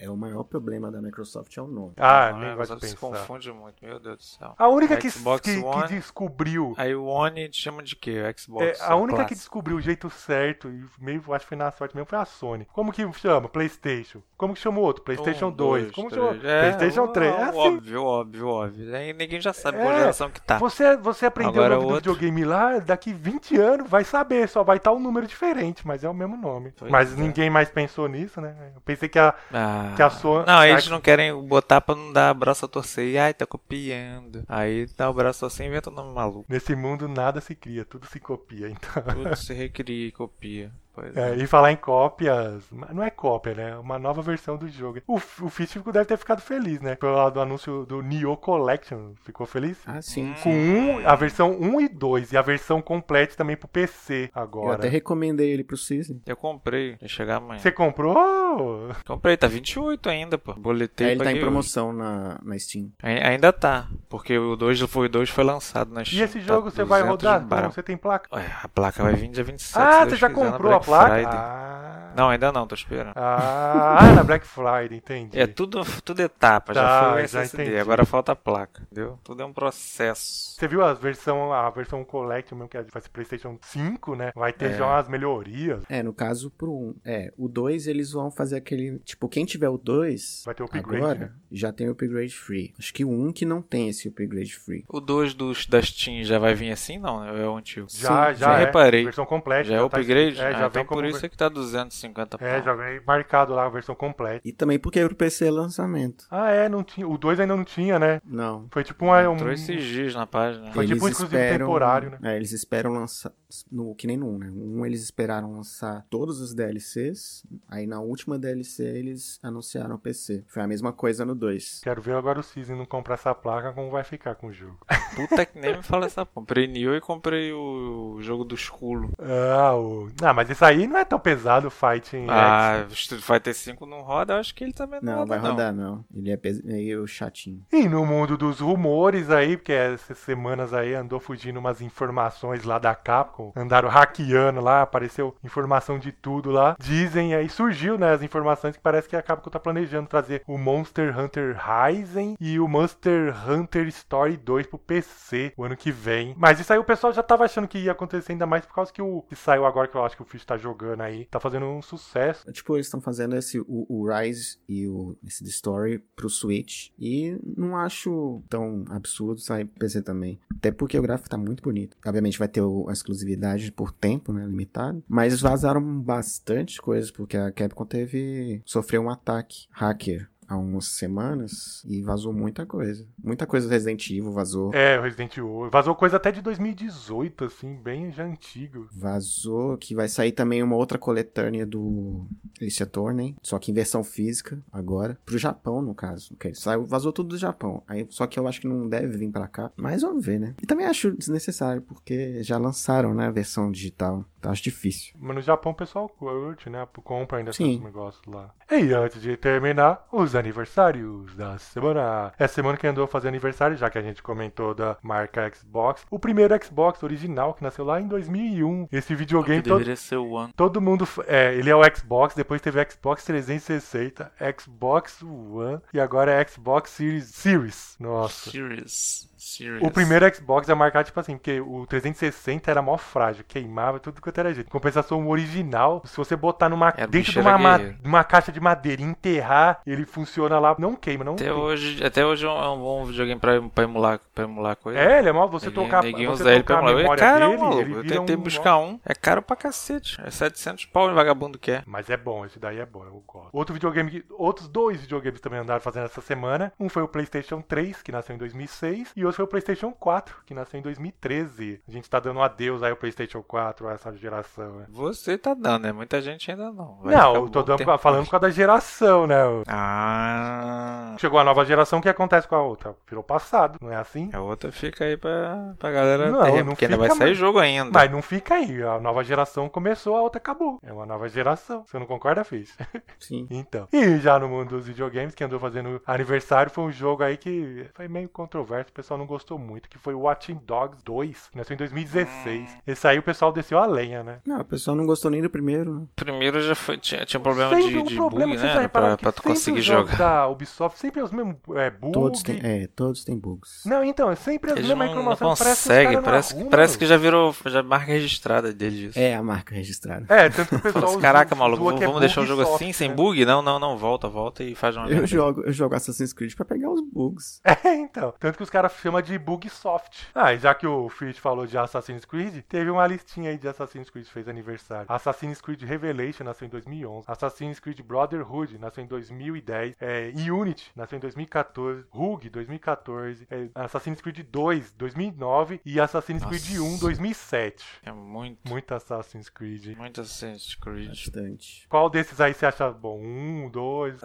[SPEAKER 4] é, é o maior problema da Microsoft, é o nome.
[SPEAKER 2] Ah,
[SPEAKER 3] Não,
[SPEAKER 2] nem
[SPEAKER 3] a
[SPEAKER 2] vai
[SPEAKER 3] pessoa se
[SPEAKER 2] pensar.
[SPEAKER 3] confunde muito, meu Deus do céu.
[SPEAKER 2] A única que,
[SPEAKER 3] Xbox
[SPEAKER 2] que, que
[SPEAKER 3] One.
[SPEAKER 2] descobriu
[SPEAKER 3] Aí o One chama de quê? Xbox.
[SPEAKER 2] É, a única que
[SPEAKER 3] Classic.
[SPEAKER 2] descobriu o jeito certo, e meio, acho que foi na sorte mesmo, foi a Sony. Como que chama? PlayStation. Como que chama o outro? PlayStation
[SPEAKER 3] Um,
[SPEAKER 2] 2.
[SPEAKER 3] dois,
[SPEAKER 2] Como que
[SPEAKER 3] três.
[SPEAKER 2] chama?
[SPEAKER 3] É,
[SPEAKER 2] PlayStation
[SPEAKER 3] o-
[SPEAKER 2] 3. É assim.
[SPEAKER 3] Óbvio, óbvio, óbvio. Aí ninguém já sabe qual
[SPEAKER 2] É.
[SPEAKER 3] geração que tá.
[SPEAKER 2] Você, você aprendeu
[SPEAKER 3] Agora
[SPEAKER 2] o nome
[SPEAKER 3] o
[SPEAKER 2] do
[SPEAKER 3] outro.
[SPEAKER 2] videogame lá, daqui 20 anos vai saber, só vai estar um número diferente, mas é o mesmo nome.
[SPEAKER 3] Pois
[SPEAKER 2] mas
[SPEAKER 3] é.
[SPEAKER 2] ninguém mais pensou nisso, né? Eu pensei que a.
[SPEAKER 3] Ah,
[SPEAKER 2] Que a sua-
[SPEAKER 3] Não, aí
[SPEAKER 2] a-
[SPEAKER 3] eles não querem botar pra não dar braço a torcer. E, Ai, tá copiando. Aí dá o braço assim e inventa um
[SPEAKER 2] <laughs>
[SPEAKER 3] nome maluco.
[SPEAKER 2] Nesse mundo nada se cria, tudo se copia, então.
[SPEAKER 3] Tudo se recria e copia. Pois é.
[SPEAKER 2] É, e falar em cópias, não é cópia, né? É Uma nova versão do jogo. O, o Fitch ficou- deve ter ficado feliz, né? Pelo do anúncio do Nioh Collection. Ficou feliz?
[SPEAKER 4] Ah, sim.
[SPEAKER 2] Com um, a versão 1 e 2 e a versão completa também pro PC
[SPEAKER 4] Eu até
[SPEAKER 2] agora.
[SPEAKER 4] recomendei ele pro Cisne.
[SPEAKER 3] Eu comprei, vai chegar amanhã.
[SPEAKER 2] Você comprou?
[SPEAKER 3] Comprei, tá 28 ainda, pô. Boletei
[SPEAKER 4] Aí ele tá em
[SPEAKER 3] paguei hoje.
[SPEAKER 4] promoção na, na Steam.
[SPEAKER 3] Ai- Ainda tá, porque o 2 foi, o 2 foi lançado na
[SPEAKER 2] E
[SPEAKER 3] Steam.
[SPEAKER 2] esse jogo
[SPEAKER 3] tá
[SPEAKER 2] você vai
[SPEAKER 3] 200
[SPEAKER 2] rodar?
[SPEAKER 3] de barão.
[SPEAKER 2] Não, você tem placa?
[SPEAKER 3] Ué, A placa vai vir dia 27.
[SPEAKER 2] ah,
[SPEAKER 3] se
[SPEAKER 2] você
[SPEAKER 3] Deus
[SPEAKER 2] já
[SPEAKER 3] quiser, na
[SPEAKER 2] comprou a
[SPEAKER 3] Black
[SPEAKER 2] placa?
[SPEAKER 3] Friday.
[SPEAKER 2] Ah,
[SPEAKER 3] Não, ainda não, tô esperando.
[SPEAKER 2] Ah, <laughs> na Black Friday, entendi.
[SPEAKER 3] É tudo, tudo etapa, já
[SPEAKER 2] Tá,
[SPEAKER 3] foi o
[SPEAKER 2] já entendi.
[SPEAKER 3] SSD, agora falta a placa, entendeu? Tudo é um processo.
[SPEAKER 2] Você viu a versão, a versão Collect mesmo, que é de PlayStation 5, né? Vai ter
[SPEAKER 3] É.
[SPEAKER 2] já umas melhorias.
[SPEAKER 4] É, no caso, pro 1. É, o 2 eles vão fazer aquele. Tipo, quem tiver o 2.
[SPEAKER 2] Vai ter o upgrade,
[SPEAKER 4] Agora,
[SPEAKER 2] né?
[SPEAKER 4] já tem o upgrade free. Acho que o 1 que não tem esse upgrade free.
[SPEAKER 3] O 2 dos, das Steam já vai vir assim? Não, né? é o antigo.
[SPEAKER 2] Já,
[SPEAKER 3] Sim,
[SPEAKER 2] já.
[SPEAKER 3] já
[SPEAKER 2] é.
[SPEAKER 3] reparei.
[SPEAKER 2] Versão completa.
[SPEAKER 3] Já é
[SPEAKER 2] tá-
[SPEAKER 3] upgrade?
[SPEAKER 2] É, já
[SPEAKER 3] ah,
[SPEAKER 2] vem
[SPEAKER 3] então por
[SPEAKER 2] como-
[SPEAKER 3] isso é que tá 250
[SPEAKER 2] É,
[SPEAKER 3] pau.
[SPEAKER 2] já vem marcado lá a versão completa.
[SPEAKER 4] E também porque o PC é lançamento.
[SPEAKER 2] Ah, é, não tinha. O 2 ainda não tinha, né?
[SPEAKER 4] Não.
[SPEAKER 2] Foi tipo uma- um.
[SPEAKER 3] Entrou esses dias
[SPEAKER 2] <laughs>
[SPEAKER 3] na página.
[SPEAKER 2] Foi tipo um exclusivo temporário, né?
[SPEAKER 4] É, eles esperam lançar. No, que nem no 1, né? No 1 eles esperaram lançar todos os DLCs. Aí na última DLC eles anunciaram o PC. Foi a mesma coisa no 2.
[SPEAKER 2] Quero ver agora o Cisne não comprar essa placa, como vai ficar com o jogo.
[SPEAKER 3] Puta que nem me fala essa porra. Comprei Nioh e comprei o o jogo dos culos.
[SPEAKER 2] Ah, o... ah, mas isso aí não é tão pesado, Fighting X. né?
[SPEAKER 3] Ah, o Street Fighter V não roda, eu acho que ele também não,
[SPEAKER 4] Não,
[SPEAKER 3] roda,
[SPEAKER 4] vai rodar não. Ele é pes- meio chatinho.
[SPEAKER 2] E no mundo dos rumores aí, porque essas semanas aí andou fugindo umas informações lá da Capcom, andaram hackeando lá, apareceu informação de tudo lá. Dizem aí, surgiu né, as informações que parece que a Capcom tá planejando trazer o Monster Hunter Rising e o Monster Hunter Story 2 pro PC o ano que vem. Mas isso aí o pessoal já tava achando que ia acontecer ainda mais por causa que o que saiu agora, que eu acho que o Fish tá jogando aí, tá fazendo um sucesso.
[SPEAKER 4] Tipo, eles estão fazendo esse, o, o Rise e o, esse The Story pro Switch. E não acho tão absurdo sair pro PC também. Até porque o gráfico tá muito bonito. Obviamente vai ter o- a exclusividade por tempo, né? Limitado. Mas vazaram bastante coisas, porque a Capcom teve. sofreu um ataque hacker. Há umas semanas e vazou muita coisa. Muita coisa do Resident Evil vazou.
[SPEAKER 2] É, o Resident Evil. Vazou coisa até de 2018, assim, bem já antigo.
[SPEAKER 4] Vazou que vai sair também uma outra coletânea do Ace Attorney, só que em versão física agora, pro Japão no caso. ok? Saiu, vazou tudo do Japão. Aí, só que eu acho que não deve vir pra cá, mas vamos ver, né? E também acho desnecessário porque já lançaram, né, a versão digital. Então acho difícil.
[SPEAKER 2] Mas no Japão o pessoal curte, né? Compra ainda esses
[SPEAKER 4] Sim.
[SPEAKER 2] negócios lá. E antes de terminar, os aniversários da semana. Essa semana que andou a fazer aniversário, já que a gente comentou da marca Xbox. O primeiro Xbox original que nasceu lá em 2001. Esse videogame todo.
[SPEAKER 3] deveria ser o One.
[SPEAKER 2] Todo mundo. f- É, ele é o Xbox, depois teve Xbox 360, Xbox One e agora é Xbox Series. Series. Nossa.
[SPEAKER 3] Series. Series.
[SPEAKER 2] O primeiro Xbox é marcado, tipo assim, porque o 360 era mó frágil, queimava tudo quanto era jeito. Em compensação, o original, se você botar numa,
[SPEAKER 3] Era o
[SPEAKER 2] dentro de
[SPEAKER 3] bicho
[SPEAKER 2] uma,
[SPEAKER 3] era
[SPEAKER 2] ma-
[SPEAKER 3] guerreiro.
[SPEAKER 2] de uma caixa de madeira e enterrar, ele funciona lá, não queima, não
[SPEAKER 3] Até
[SPEAKER 2] tem.
[SPEAKER 3] hoje, até hoje é um é um bom videogame pra, pra emular, pra emular coisa.
[SPEAKER 2] É, ele é mó, você
[SPEAKER 3] Ninguém-
[SPEAKER 2] tocar,
[SPEAKER 3] ninguém
[SPEAKER 2] você
[SPEAKER 3] usa ele
[SPEAKER 2] tocar
[SPEAKER 3] pra
[SPEAKER 2] a
[SPEAKER 3] emular. É
[SPEAKER 2] memória
[SPEAKER 3] caro,
[SPEAKER 2] dele,
[SPEAKER 3] maluco.
[SPEAKER 2] ele
[SPEAKER 3] Eu
[SPEAKER 2] vira
[SPEAKER 3] tentei
[SPEAKER 2] um-
[SPEAKER 3] buscar um. É caro pra cacete. É 700 pau e vagabundo quer.
[SPEAKER 2] Mas é bom, esse daí é bom, eu gosto. Outro videogame, que- outros dois videogames também andaram fazendo essa semana. Um foi o PlayStation 3, que nasceu em 2006, e outro foi o PlayStation 4, que nasceu em 2013. A gente tá dando um adeus aí ao PlayStation 4, a essa geração, né?
[SPEAKER 3] Você tá dando, né? Muita gente ainda não. Vai
[SPEAKER 2] não,
[SPEAKER 3] ficar um
[SPEAKER 2] eu tô
[SPEAKER 3] bom
[SPEAKER 2] dando-
[SPEAKER 3] tempo.
[SPEAKER 2] falando por causa da geração, né?
[SPEAKER 3] Ah.
[SPEAKER 2] Chegou a nova geração, o que acontece com a outra? Virou passado, não é assim?
[SPEAKER 3] A outra fica aí pra, pra galera
[SPEAKER 2] Não,
[SPEAKER 3] ter,
[SPEAKER 2] não
[SPEAKER 3] porque ainda vai
[SPEAKER 2] fica
[SPEAKER 3] sair
[SPEAKER 2] mais.
[SPEAKER 3] jogo ainda.
[SPEAKER 2] Mas não fica aí, a nova geração começou, a outra acabou. É uma nova geração. Você não concorda, Fiz?
[SPEAKER 4] Sim.
[SPEAKER 2] <laughs> então. E já no mundo dos videogames, que andou fazendo aniversário, foi um jogo aí que foi meio controverso, o pessoal não gostou muito, que foi o Watching Dogs 2, que nasceu em
[SPEAKER 3] Hum.
[SPEAKER 2] 2016. Esse aí o pessoal desceu a lenha, né?
[SPEAKER 4] Não, o pessoal não gostou nem do primeiro. né?
[SPEAKER 3] Primeiro já foi, tinha, tinha um problema de, de bug,
[SPEAKER 2] vocês já
[SPEAKER 3] né?
[SPEAKER 2] repararam
[SPEAKER 3] Pra, pra tu
[SPEAKER 2] sempre os
[SPEAKER 3] conseguir
[SPEAKER 2] jogos
[SPEAKER 3] jogar.
[SPEAKER 2] da Ubisoft sempre é os mesmos é, bug,
[SPEAKER 4] Todos têm, é, todos têm bugs.
[SPEAKER 2] Não, então, é sempre as
[SPEAKER 3] Eles
[SPEAKER 2] mesmas
[SPEAKER 3] não, não
[SPEAKER 2] reclamações. parece que,
[SPEAKER 3] conseguem,
[SPEAKER 2] os caras não
[SPEAKER 3] parece,
[SPEAKER 2] arrumam,
[SPEAKER 3] parece que
[SPEAKER 2] meu.
[SPEAKER 3] já virou já é marca registrada deles isso.
[SPEAKER 4] É a marca registrada.
[SPEAKER 2] É, tanto que o
[SPEAKER 3] <laughs>
[SPEAKER 2] pessoal.
[SPEAKER 3] Fala assim,
[SPEAKER 2] zoa-
[SPEAKER 3] Caraca,
[SPEAKER 2] zoa
[SPEAKER 3] maluco,
[SPEAKER 2] que é
[SPEAKER 3] vamos
[SPEAKER 2] bug
[SPEAKER 3] deixar o jogo
[SPEAKER 2] soft,
[SPEAKER 3] assim, sem
[SPEAKER 2] né?
[SPEAKER 3] bug? Não, não, não, volta, volta e faz uma
[SPEAKER 4] Eu
[SPEAKER 3] merda.
[SPEAKER 4] jogo, eu jogo Assassin's Creed pra pegar os bugs.
[SPEAKER 2] <laughs> É, então. Tanto que os caras chamam de bug soft. Ah, e já que o Fritz falou de Assassin's Creed, teve uma listinha aí de Assassin's Creed que fez aniversário. Assassin's Creed Revelation nasceu em 2011. Assassin's Creed Brotherhood nasceu em 2010. É, Unity nasceu em 2014. Rogue 2014. É, Assassin's Creed 2 2009. E Assassin's Creed 1 2007.
[SPEAKER 3] É muito,
[SPEAKER 2] Muito Assassin's Creed.
[SPEAKER 3] muito Assassin's Creed.
[SPEAKER 4] Bastante.
[SPEAKER 2] Qual desses aí você acha bom? Um, dois,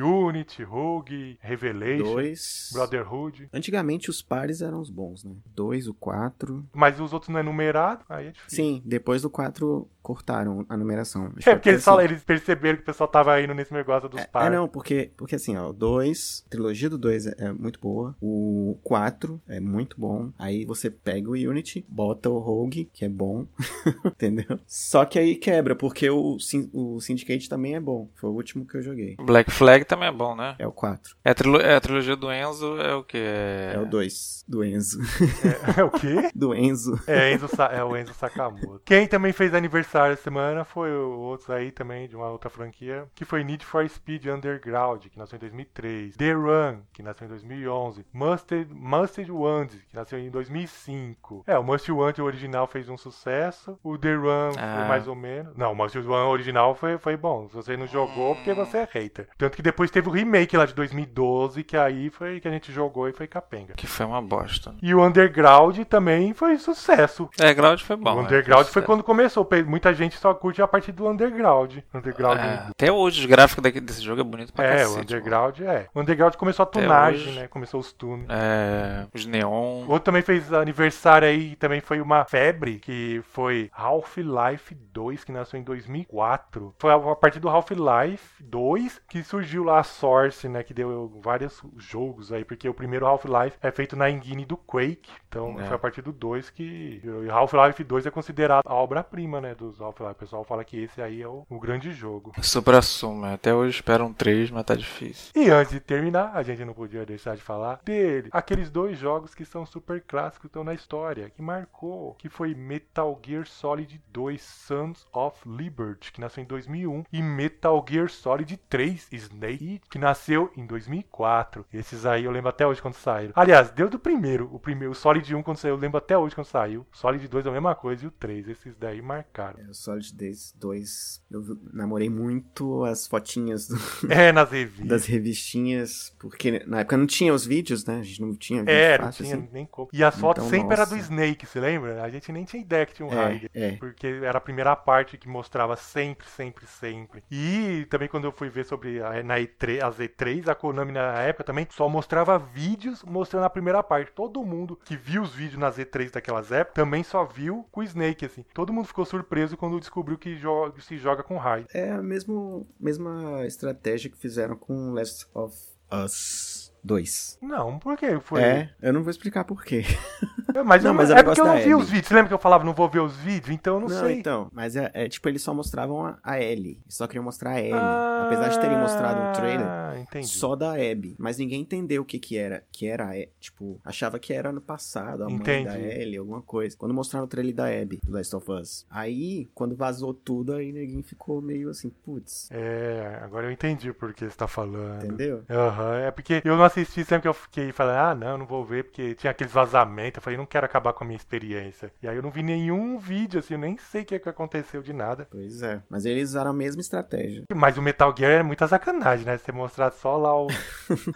[SPEAKER 2] Unity, Rogue, Revelation,
[SPEAKER 4] Dois.
[SPEAKER 2] Brotherhood.
[SPEAKER 4] Antigamente os pares eram os bons, né? 2, o 4.
[SPEAKER 2] Mas os outros não é numerado, aí é difícil.
[SPEAKER 4] Sim, depois do 4 cortaram a numeração. Acho que
[SPEAKER 2] É, porque eles,
[SPEAKER 4] assim.
[SPEAKER 2] falam- eles perceberam que o pessoal tava indo nesse negócio dos
[SPEAKER 4] É,
[SPEAKER 2] par.
[SPEAKER 4] é, não, porque, porque assim, ó, o 2, a trilogia do 2 é, é muito boa, o 4 é muito bom, aí você pega o Unity, bota o Rogue, que é bom, <laughs> entendeu? Só que aí quebra, porque o, Syn- o Syndicate também é bom, foi o último que eu joguei,
[SPEAKER 3] Black Flag também é bom, né?
[SPEAKER 4] é o 4,
[SPEAKER 3] É a, trilo- é a trilogia do Enzo, é o quê?
[SPEAKER 4] é, o 2, do Enzo, <laughs>
[SPEAKER 2] É, <laughs> o quê?
[SPEAKER 4] do Enzo,
[SPEAKER 2] É, Enzo Sa- é o Enzo Sakamoto. Quem também fez aniversário essa semana foi o outro aí também, de uma outra franquia, que foi Need for Speed Underground, que nasceu em 2003. The Run, que nasceu em 2011. Mustard, Mustard Wands, que nasceu em 2005. É, o Mustard Wands original fez um sucesso. O The Run foi
[SPEAKER 3] Ah.
[SPEAKER 2] mais ou menos. Não, o Mustard Wands original foi, foi bom. Se você não jogou, porque você é hater. Tanto que depois teve o remake lá de 2012, que aí foi que a gente jogou e foi capenga.
[SPEAKER 3] Que foi uma bosta. né?
[SPEAKER 2] E o Underground também foi sucesso.
[SPEAKER 3] É, Ground foi bom.
[SPEAKER 2] o
[SPEAKER 3] né?
[SPEAKER 2] Underground foi
[SPEAKER 3] Sucesso.
[SPEAKER 2] quando começou. Pe- Muita gente só curte a partir do Underground. Underground.
[SPEAKER 3] É, até hoje os gráficos daqui- desse jogo é bonito pra
[SPEAKER 2] É,
[SPEAKER 3] cacete.
[SPEAKER 2] o
[SPEAKER 3] mano.
[SPEAKER 2] Underground é. O Underground começou a
[SPEAKER 3] Até
[SPEAKER 2] tunagem,
[SPEAKER 3] hoje.
[SPEAKER 2] né? Começou os tunes.
[SPEAKER 3] É, os neon.
[SPEAKER 2] O Outro também fez aniversário aí, também foi uma febre, que foi Half-Life 2, que nasceu em 2004. Foi a a partir do Half-Life 2 que surgiu lá a Source, né, que deu vários jogos aí, porque o primeiro Half-Life é feito na engine do Quake, então
[SPEAKER 3] É.
[SPEAKER 2] foi a partir do 2 que... e Half-Life 2 é considerado a obra-prima, né, dos Half-Life. O pessoal fala que esse aí é o, o grande jogo.
[SPEAKER 3] Supra Suma. Até hoje esperam três, mas tá difícil.
[SPEAKER 2] E antes de terminar, a gente não podia deixar de falar dele. Aqueles dois jogos que são super clássicos estão na história, que marcou, que foi Metal Gear Solid 2 Sons of Liberty, que nasceu em 2001, e Metal Gear Solid 3 Snake, que nasceu em 2004. Esses aí eu lembro até hoje quando saíram. Aliás, deu do primeiro, o primeiro, o Solid 1 quando saiu, eu lembro até hoje quando saiu. O Solid 2 é a mesma coisa e o 3, esses daí marcaram.
[SPEAKER 4] é o Solid Days 2, eu vi- namorei muito as fotinhas do-
[SPEAKER 2] É, nas revistas.
[SPEAKER 4] das revistinhas, porque na época não tinha os vídeos, né, a gente não tinha vídeo
[SPEAKER 2] É, não
[SPEAKER 4] fácil,
[SPEAKER 2] tinha
[SPEAKER 4] assim.
[SPEAKER 2] nem como. E as fotos
[SPEAKER 4] Então,
[SPEAKER 2] sempre era do
[SPEAKER 4] nossa.
[SPEAKER 2] Snake, você lembra? A gente nem tinha ideia que tinha um Raider.
[SPEAKER 4] é, é.
[SPEAKER 2] Porque era a primeira parte que mostrava sempre, sempre, sempre. E também quando eu fui ver sobre a, na E3, a Z3, a Konami na época também só mostrava vídeos mostrando a primeira parte. Todo mundo que viu os vídeos na Z3 daquelas épocas também só viu com o Snake, assim. Todo mundo ficou surpreso quando descobriu que jo- se joga com Raider.
[SPEAKER 4] É a mesmo, mesma estratégia que fizeram com Last of Us 2.
[SPEAKER 2] Não, por que foi?
[SPEAKER 4] É, eu não vou explicar por quê.
[SPEAKER 2] É, Mas,
[SPEAKER 4] Não,
[SPEAKER 2] eu-
[SPEAKER 4] mas é
[SPEAKER 2] é porque
[SPEAKER 4] negócio
[SPEAKER 2] eu não
[SPEAKER 4] da
[SPEAKER 2] vi
[SPEAKER 4] Abby.
[SPEAKER 2] os vídeos. Você lembra que eu falava, não vou ver os vídeos? Então eu não, sei.
[SPEAKER 4] então. Mas é, é tipo, eles só mostravam a, a Ellie. Só queriam mostrar a Ellie.
[SPEAKER 2] Ah,
[SPEAKER 4] Apesar de terem mostrado um trailer
[SPEAKER 2] Entendi.
[SPEAKER 4] só da Abby. Mas ninguém entendeu o que que era. Que era, a E- tipo, achava que era no passado, a mãe da
[SPEAKER 2] Entendi.
[SPEAKER 4] Ellie, alguma coisa. Quando mostraram o trailer da Abby, do Last of Us. Aí, quando vazou tudo, aí ninguém ficou meio assim, putz,
[SPEAKER 2] É, agora eu entendi por que você tá falando.
[SPEAKER 4] entendeu?
[SPEAKER 2] Aham, é porque eu não assisti sempre que eu fiquei falando, ah, não, eu não vou ver, porque tinha aqueles vazamentos. Eu falei, não quero acabar com a minha experiência. E aí eu não vi nenhum vídeo, assim, eu nem sei o que, é que aconteceu de nada.
[SPEAKER 4] Pois é. Mas eles usaram a mesma estratégia.
[SPEAKER 2] Mas o Metal Gear é muita sacanagem, né? Você mostrar só lá
[SPEAKER 4] <laughs>
[SPEAKER 2] o.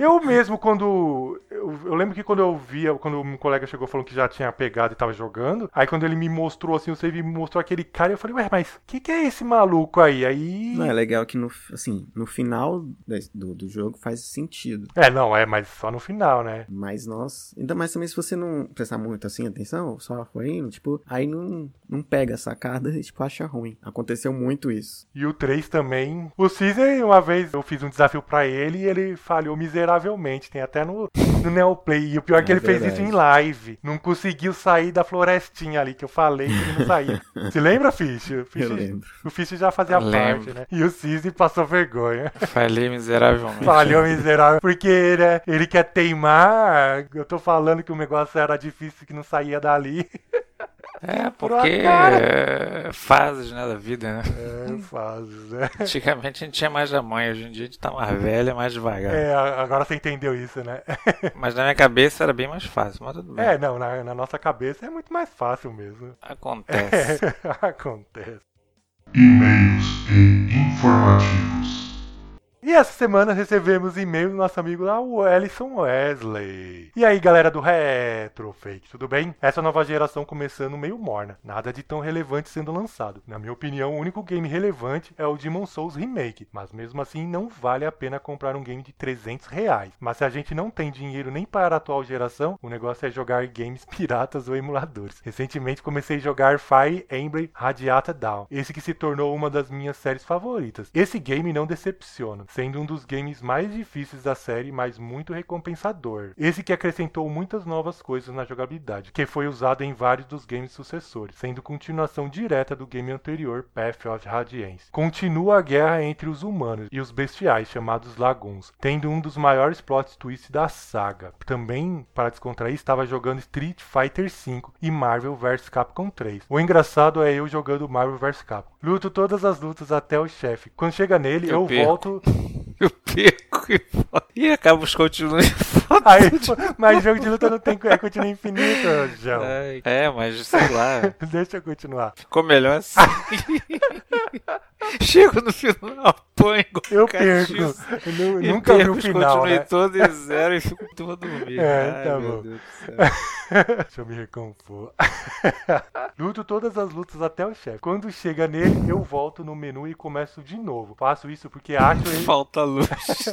[SPEAKER 2] eu mesmo, quando. Eu, eu lembro que quando eu via, quando um colega chegou falando que já tinha pegado e tava jogando, aí quando ele me mostrou assim, o save me mostrou aquele cara, eu falei, ué, mas o que, que é esse maluco aí? Aí.
[SPEAKER 4] Não, é legal que no, assim, no final da- do, do jogo faz sentido.
[SPEAKER 2] É, não, é, mas só no final, né?
[SPEAKER 4] Mas nós. Ainda mais também se você não prestar muito assim atenção, só for indo, tipo, aí não, não pega a sacada e tipo, acha ruim. Aconteceu muito isso.
[SPEAKER 2] E o 3 também. O Caesar, uma vez eu fiz um desafio pra ele e ele falhou miseravelmente. Tem até no, no Neoplay. E o pior é que
[SPEAKER 4] É
[SPEAKER 2] ele fez isso
[SPEAKER 4] verdade.
[SPEAKER 2] em live. Não conseguiu sair da florestinha ali que eu falei que ele não saía.
[SPEAKER 4] <laughs>
[SPEAKER 2] Se lembra, Fish? O Fish,
[SPEAKER 4] Eu lembro.
[SPEAKER 2] o Fish já fazia
[SPEAKER 3] Eu
[SPEAKER 2] parte,
[SPEAKER 3] lembro.
[SPEAKER 2] né? E o Caesar passou vergonha. <laughs>
[SPEAKER 3] Falhei miseravelmente.
[SPEAKER 2] Falhou miserável. Porque né, ele quer teimar. Eu tô falando que o negócio era difícil que não saía dali. <laughs>
[SPEAKER 3] É,
[SPEAKER 2] Por uma
[SPEAKER 3] porque é, fases né, da vida, né? <laughs>
[SPEAKER 2] É, faz, né?
[SPEAKER 3] Antigamente a gente tinha mais da mãe, hoje em dia a gente tá mais velha, mais devagar.
[SPEAKER 2] É, a- agora você entendeu isso, né?
[SPEAKER 3] Mas na minha cabeça era bem mais fácil, mas tudo bem.
[SPEAKER 2] É, não, na, na nossa cabeça é muito mais fácil mesmo. É.
[SPEAKER 3] Acontece.
[SPEAKER 2] <laughs> Acontece.
[SPEAKER 1] E-mails e informativos.
[SPEAKER 2] E essa semana recebemos e-mail do nosso amigo lá, o Ellison Wesley. E aí, galera do Retrofake, tudo bem? Essa nova geração começando meio morna. Nada de tão relevante sendo lançado. Na minha opinião, o único game relevante é o Demon Souls Remake. Mas mesmo assim, não vale a pena comprar um game de 300 reais. Mas se a gente não tem dinheiro nem para a atual geração, o negócio é jogar games <laughs> piratas ou emuladores. Recentemente comecei a jogar Fire Emblem Radiata Down. Esse que se tornou uma das minhas séries favoritas. Esse game não decepciona, sendo um dos games mais difíceis da série, mas muito recompensador. Esse que acrescentou muitas novas coisas na jogabilidade, que foi usado em vários dos games sucessores, sendo continuação direta do game anterior Path of Radiance. Continua a guerra entre os humanos e os bestiais chamados Laguns, tendo um dos maiores plot twists da saga. Também, para descontrair, estava jogando Street Fighter V e Marvel vs Capcom 3. O engraçado é eu jogando Marvel vs Capcom. Luto todas as lutas até o chefe. Quando chega nele,
[SPEAKER 3] Eu
[SPEAKER 2] eu
[SPEAKER 3] perco.
[SPEAKER 2] volto
[SPEAKER 3] <laughs> Eu perco e foda. E acaba os continuos.
[SPEAKER 2] Aí, <laughs> mas jogo de luta não tem é continua infinito, João.
[SPEAKER 3] Ai, É, mas sei lá.
[SPEAKER 2] <laughs> Deixa eu continuar.
[SPEAKER 3] Ficou melhor assim.
[SPEAKER 2] <laughs>
[SPEAKER 3] Chego no final, apanho igual
[SPEAKER 2] Eu perco.
[SPEAKER 3] cachorro.
[SPEAKER 2] Eu nu-
[SPEAKER 3] E
[SPEAKER 2] nunca vi
[SPEAKER 3] perco
[SPEAKER 2] o
[SPEAKER 3] os
[SPEAKER 2] final,
[SPEAKER 3] continuei
[SPEAKER 2] né?
[SPEAKER 3] todo em zero e fico todo
[SPEAKER 2] <laughs>
[SPEAKER 3] dormindo.
[SPEAKER 2] É,
[SPEAKER 3] Ai,
[SPEAKER 2] tá
[SPEAKER 3] meu
[SPEAKER 2] bom.
[SPEAKER 3] Deus do
[SPEAKER 2] <laughs>
[SPEAKER 3] céu.
[SPEAKER 2] Deixa eu me recompor. <laughs> Luto todas as lutas até o chefe. Quando chega nele, eu volto no menu e começo de novo. Faço isso porque acho ele... <laughs>
[SPEAKER 3] Falta luz.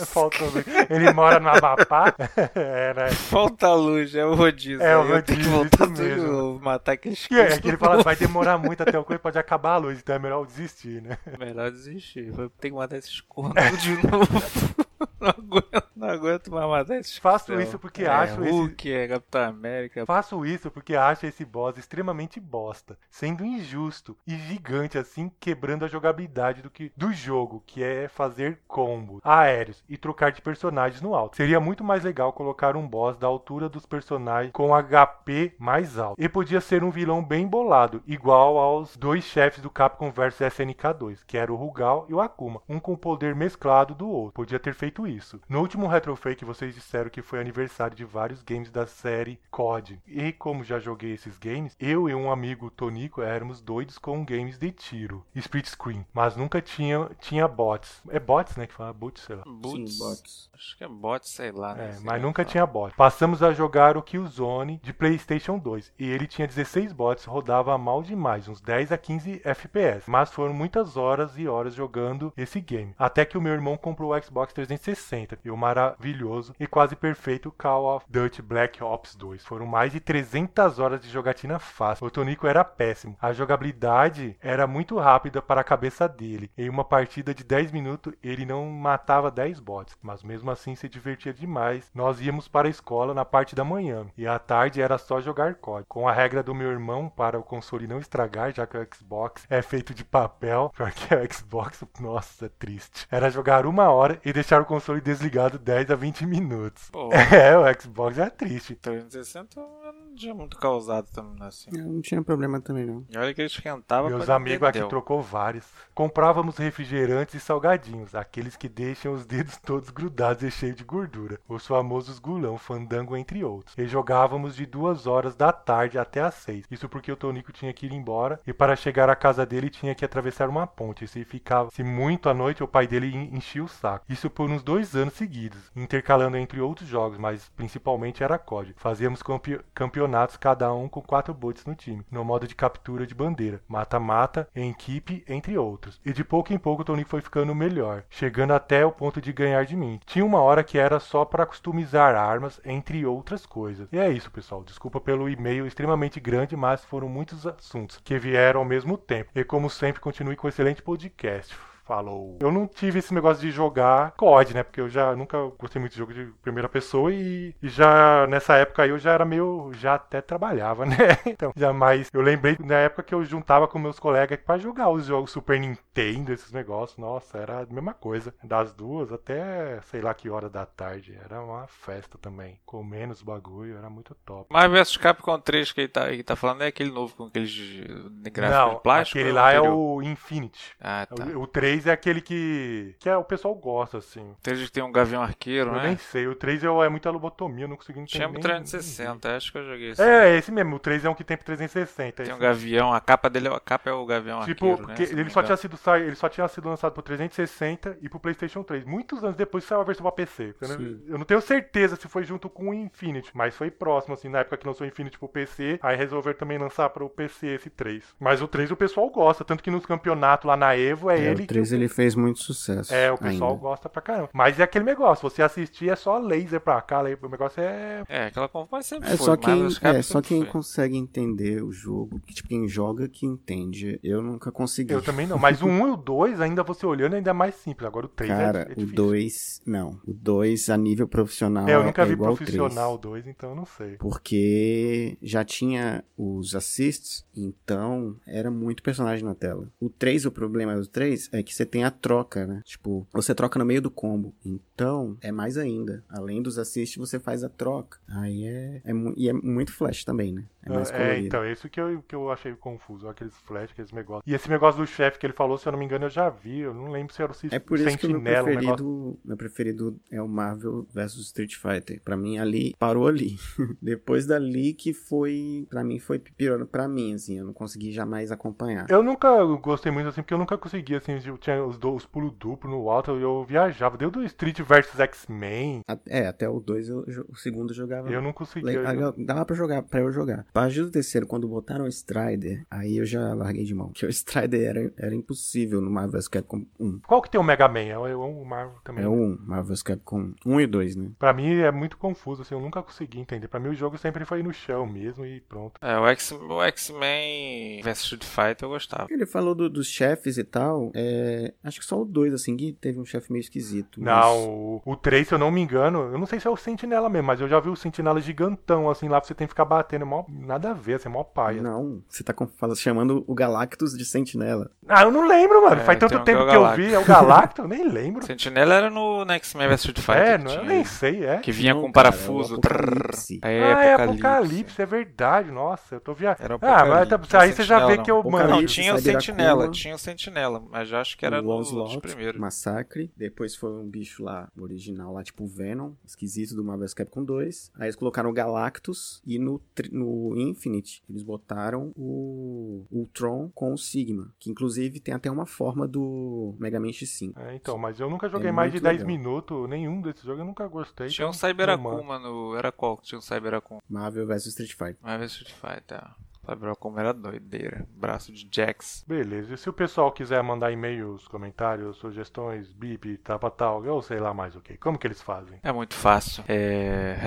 [SPEAKER 2] Falta luz. Ele mora no Amapá. <laughs> é, né?
[SPEAKER 3] Falta luz, é o rodízio.
[SPEAKER 2] É o
[SPEAKER 3] Aí Eu tenho que
[SPEAKER 2] rodízio,
[SPEAKER 3] voltar
[SPEAKER 2] isso
[SPEAKER 3] tudo de
[SPEAKER 2] mesmo.
[SPEAKER 3] novo, matar aqueles
[SPEAKER 2] Que é que ele fala, vai demorar muito até o coisa, pode acabar a luz, então é melhor eu desistir, né?
[SPEAKER 3] <laughs> Melhor desistir. Vou ter que matar esses cornos de novo. <laughs> Não aguento, não aguento mais matar esses
[SPEAKER 2] Faço
[SPEAKER 3] céu.
[SPEAKER 2] isso porque
[SPEAKER 3] é,
[SPEAKER 2] acho esse-
[SPEAKER 3] Hulk, é Capitão América.
[SPEAKER 2] Faço isso porque acho esse boss extremamente bosta, sendo injusto e gigante assim, quebrando a jogabilidade do, que, do jogo, que é fazer combos aéreos e trocar de personagens no alto. Seria muito mais legal colocar um boss da altura dos personagens com HP mais alto. E podia ser um vilão bem bolado, igual aos dois chefes do Capcom vs SNK2, que era o Rugal e o Akuma, um com poder mesclado do outro. Podia ter feito isso. No último Retrofake vocês disseram que foi aniversário de vários games da série COD. E como já joguei esses games, eu e um amigo Tonico éramos doidos com games de tiro, split screen, mas nunca tinha, tinha bots. É bots, né, que fala bots, sei lá.
[SPEAKER 3] Boots.
[SPEAKER 4] Sim, bots.
[SPEAKER 3] Acho que é bot, sei lá. né?
[SPEAKER 2] É,
[SPEAKER 3] Sei
[SPEAKER 2] mas
[SPEAKER 3] lá.
[SPEAKER 2] nunca tinha bot. Passamos a jogar o Killzone de PlayStation 2 e ele tinha 16 bots, rodava mal demais, uns 10 a 15 FPS. Mas foram muitas horas e horas jogando esse game. Até que o meu irmão comprou o Xbox 360 e o maravilhoso e quase perfeito Call of Duty Black Ops 2. Foram mais de 300 horas de jogatina fácil. O Tonico era péssimo. A jogabilidade era muito rápida para a cabeça dele. Em uma partida de 10 minutos, ele não matava 10 bots, mas mesmo assim se divertia demais. Nós íamos para a escola na parte da manhã e à tarde era só jogar COD. Com a regra do meu irmão para o console não estragar, já que o Xbox é feito de papel, <laughs> porque o Xbox, nossa, é triste. Era jogar uma hora e deixar o console desligado 10 a 20 minutos. <laughs>
[SPEAKER 3] Pô,
[SPEAKER 2] É, o Xbox é triste.
[SPEAKER 3] 360 eu não tinha muito causado também, assim.
[SPEAKER 4] Eu não tinha problema também, não.
[SPEAKER 3] E olha que ele esquentava
[SPEAKER 2] É. Meus
[SPEAKER 3] pra
[SPEAKER 2] amigos aqui
[SPEAKER 3] dedéu.
[SPEAKER 2] trocou vários. Comprávamos refrigerantes e salgadinhos, aqueles que deixam os dedos <laughs> todos grudados e cheios de gordura, os famosos gulão, fandango, entre outros. E jogávamos de duas horas da tarde até às seis. Isso porque o Tonico tinha que ir embora e para chegar à casa dele tinha que atravessar uma ponte. Se ficava se muito à noite, o pai dele en- enchia o saco. Isso por uns dois anos seguidos, intercalando entre outros jogos, mas principalmente era COD. Fazíamos campe- campeonatos, cada um com quatro bots no time, no modo de captura de bandeira, mata-mata, em equipe, entre outros. E de pouco em pouco o Tonico foi ficando melhor, chegando até o ponto de ganhar de mim. Tinha uma hora que era só para customizar armas, entre outras coisas. E é isso, pessoal. Desculpa pelo e-mail extremamente grande, mas foram muitos assuntos que vieram ao mesmo tempo. E como sempre, continue com o excelente podcast. Falou. Eu não tive esse negócio de jogar COD, né? Porque eu já nunca gostei muito de jogo de primeira pessoa e, e já nessa época aí eu já era meio. já até trabalhava, <laughs> né? Então, já mais. Eu lembrei na época que eu juntava com meus colegas pra jogar os jogos Super Nintendo, esses negócios. Nossa, era a mesma coisa. Das duas até sei lá que hora da tarde. Era uma festa também. Com menos bagulho, era muito top.
[SPEAKER 3] Marvel vs Capcom 3 que ele tá, ele tá falando é aquele novo com aqueles de- de gráfico de
[SPEAKER 2] não,
[SPEAKER 3] plástico?
[SPEAKER 2] aquele
[SPEAKER 3] ou
[SPEAKER 2] lá é
[SPEAKER 3] anterior?
[SPEAKER 2] o Infinity.
[SPEAKER 3] Ah, tá.
[SPEAKER 2] O, o 3 3 é aquele que, que é, o pessoal gosta, assim.
[SPEAKER 3] Desde que tem um Gavião Arqueiro,
[SPEAKER 2] Eu
[SPEAKER 3] né?
[SPEAKER 2] nem sei. O 3 é, é muita lobotomia, eu não consigo entender.
[SPEAKER 3] Tinha um 360, acho que eu joguei isso.
[SPEAKER 2] É, é esse mesmo. O 3 é um que tem 360. é
[SPEAKER 3] Tem um
[SPEAKER 2] esse
[SPEAKER 3] gavião, a capa dele é, a capa é o gavião
[SPEAKER 2] Tipo,
[SPEAKER 3] arqueiro, né?
[SPEAKER 2] porque
[SPEAKER 3] se não
[SPEAKER 2] ele,
[SPEAKER 3] me
[SPEAKER 2] só
[SPEAKER 3] engano.
[SPEAKER 2] tinha sido, sa- ele só tinha sido lançado pro 360 e pro PlayStation 3. Muitos anos depois saiu a versão pra PC. Eu
[SPEAKER 4] Sim.
[SPEAKER 2] não, eu não tenho certeza se foi junto com o Infinity, mas foi próximo, assim, na época que lançou o Infinity pro PC. Aí resolveram também lançar pro PC esse 3. Mas o 3 o pessoal gosta, tanto que nos campeonatos lá na Evo é,
[SPEAKER 4] É,
[SPEAKER 2] ele
[SPEAKER 4] o 3
[SPEAKER 2] que.
[SPEAKER 4] ele fez muito sucesso.
[SPEAKER 2] É, o pessoal
[SPEAKER 4] ainda.
[SPEAKER 2] gosta pra caramba. Mas é aquele negócio, você assistir é só laser pra cá, laser- o negócio é.
[SPEAKER 3] É, aquela conf- mas sempre
[SPEAKER 4] É
[SPEAKER 3] foi.
[SPEAKER 4] só
[SPEAKER 3] Marvel
[SPEAKER 4] quem,
[SPEAKER 3] vs. Capcom
[SPEAKER 4] é, só
[SPEAKER 3] sempre
[SPEAKER 4] quem
[SPEAKER 3] foi.
[SPEAKER 4] consegue entender o jogo, que, tipo, quem joga que entende. Eu nunca consegui.
[SPEAKER 2] Eu também não.
[SPEAKER 4] <laughs>
[SPEAKER 2] Mas o 1 e o 2, ainda você olhando, ainda é mais simples. Agora o 3 é,
[SPEAKER 4] Cara,
[SPEAKER 2] é
[SPEAKER 4] o
[SPEAKER 2] difícil.
[SPEAKER 4] 2, não. O 2 a nível profissional
[SPEAKER 2] É, eu nunca
[SPEAKER 4] é
[SPEAKER 2] vi
[SPEAKER 4] igual ao
[SPEAKER 2] profissional
[SPEAKER 4] 3,
[SPEAKER 2] 2, então eu não sei.
[SPEAKER 4] Porque já tinha os assists, então era muito personagem na tela. O 3, o problema do 3 é que você tem a troca, né? Tipo, você troca no meio do combo. Então, é mais ainda. Além dos assists, você faz a troca. Aí é. é mu- e é muito flash também, né? É mais
[SPEAKER 2] É,
[SPEAKER 4] colorido.
[SPEAKER 2] então, é isso que eu, que eu achei confuso, aqueles flash, aqueles negócios. E esse negócio do chefe que ele falou, se eu não me engano, eu já vi, eu não lembro se era o Cis-
[SPEAKER 4] É por isso que o meu
[SPEAKER 2] Sentinela, um negócio.
[SPEAKER 4] preferido, meu preferido é o Marvel vs Street Fighter. Pra mim ali parou ali. <laughs> Depois dali que foi, Pra mim foi pipirona pra mim assim, eu não consegui jamais acompanhar.
[SPEAKER 2] Eu nunca gostei muito assim, porque eu nunca consegui, assim, eu tinha os, do- os pulos duplo no alto, eu, eu viajava. Deu do Street vs X-Men,
[SPEAKER 4] A- É, até o 2 o segundo eu jogava.
[SPEAKER 2] eu não conseguia.
[SPEAKER 4] Legal,
[SPEAKER 2] eu-
[SPEAKER 4] legal, dava pra jogar, pra eu jogar. A partir do terceiro, quando botaram o Strider, aí eu já larguei de mão. <laughs> Porque o Strider era, era impossível no Marvel vs Capcom 1.
[SPEAKER 2] Qual que tem o Mega Man? É o, é o Marvel também.
[SPEAKER 4] É o 1, Marvel vs Capcom 1 e 2, né?
[SPEAKER 2] Pra mim é muito confuso, assim, eu nunca consegui entender. Pra mim o jogo sempre foi no chão mesmo e pronto.
[SPEAKER 3] É, o X- o X-Men vs Street Fighter eu gostava.
[SPEAKER 4] Ele falou do- dos chefes e tal. é, acho que só o 2, assim, que teve um chefe meio esquisito. mas-
[SPEAKER 2] Não, o 3, se eu não me engano, eu não sei se é o Sentinela mesmo, mas eu já vi o Sentinela gigantão, assim, lá você tem que ficar batendo, mó, nada a ver, assim, mó paia.
[SPEAKER 4] Não, você tá com- fala- chamando o Galactus de Sentinela.
[SPEAKER 2] Ah, eu não lembro, mano,
[SPEAKER 3] É,
[SPEAKER 2] faz tanto
[SPEAKER 3] tem um que é
[SPEAKER 2] tempo
[SPEAKER 3] o
[SPEAKER 2] que eu vi, é o Galacto,
[SPEAKER 3] <laughs>
[SPEAKER 2] eu nem lembro.
[SPEAKER 3] Sentinela era no, no X-Men vs Street Fighter.
[SPEAKER 2] é,
[SPEAKER 3] que
[SPEAKER 2] não, eu
[SPEAKER 3] tinha
[SPEAKER 2] nem
[SPEAKER 3] isso.
[SPEAKER 2] sei, é.
[SPEAKER 3] Que vinha
[SPEAKER 4] Não,
[SPEAKER 3] com um
[SPEAKER 4] cara,
[SPEAKER 3] parafuso.
[SPEAKER 4] é o Apocalipse.
[SPEAKER 3] trrr. É,
[SPEAKER 2] ah, é
[SPEAKER 3] Apocalipse.
[SPEAKER 2] Apocalipse, é verdade, nossa, eu tô viajando.
[SPEAKER 3] Era um o
[SPEAKER 2] Ah, mas
[SPEAKER 3] Apocalipse,
[SPEAKER 2] tá-
[SPEAKER 3] não
[SPEAKER 2] aí você já
[SPEAKER 3] Sentinela, um
[SPEAKER 2] vê
[SPEAKER 3] não.
[SPEAKER 2] que eu, mano,
[SPEAKER 3] Não,
[SPEAKER 4] Apocalipse,
[SPEAKER 3] tinha o
[SPEAKER 4] Sairacuma.
[SPEAKER 3] Sentinela, tinha o Sentinela, mas já acho que era
[SPEAKER 4] o
[SPEAKER 3] no, dos
[SPEAKER 4] Onslaught,
[SPEAKER 3] primeiros.
[SPEAKER 4] Massacre. Depois foi um bicho lá, o original lá, tipo o Venom, esquisito do Marvel vs. Capcom 2. Aí eles colocaram o Galactus e no, tri- no Infinite eles botaram o Ultron com o Sigma, que inclusive tem até uma forma do Mega Man X5.
[SPEAKER 2] É, então, mas eu nunca joguei
[SPEAKER 4] É
[SPEAKER 2] mais de
[SPEAKER 4] muito
[SPEAKER 2] 10
[SPEAKER 4] legal.
[SPEAKER 2] minutos, nenhum desses jogos, eu nunca gostei.
[SPEAKER 3] Tinha um
[SPEAKER 2] então, mano.
[SPEAKER 3] Cyberacuma no. Era qual que tinha um Cyberacuma?
[SPEAKER 4] Marvel vs. Street Fighter.
[SPEAKER 3] Mas vs Street Fighter. Cyberacuma era doideira. Braço de Jax.
[SPEAKER 2] Beleza, e se o pessoal quiser mandar e-mails, comentários, sugestões, bip, tapa tal, eu sei lá mais o que, como que eles fazem?
[SPEAKER 3] É muito fácil. É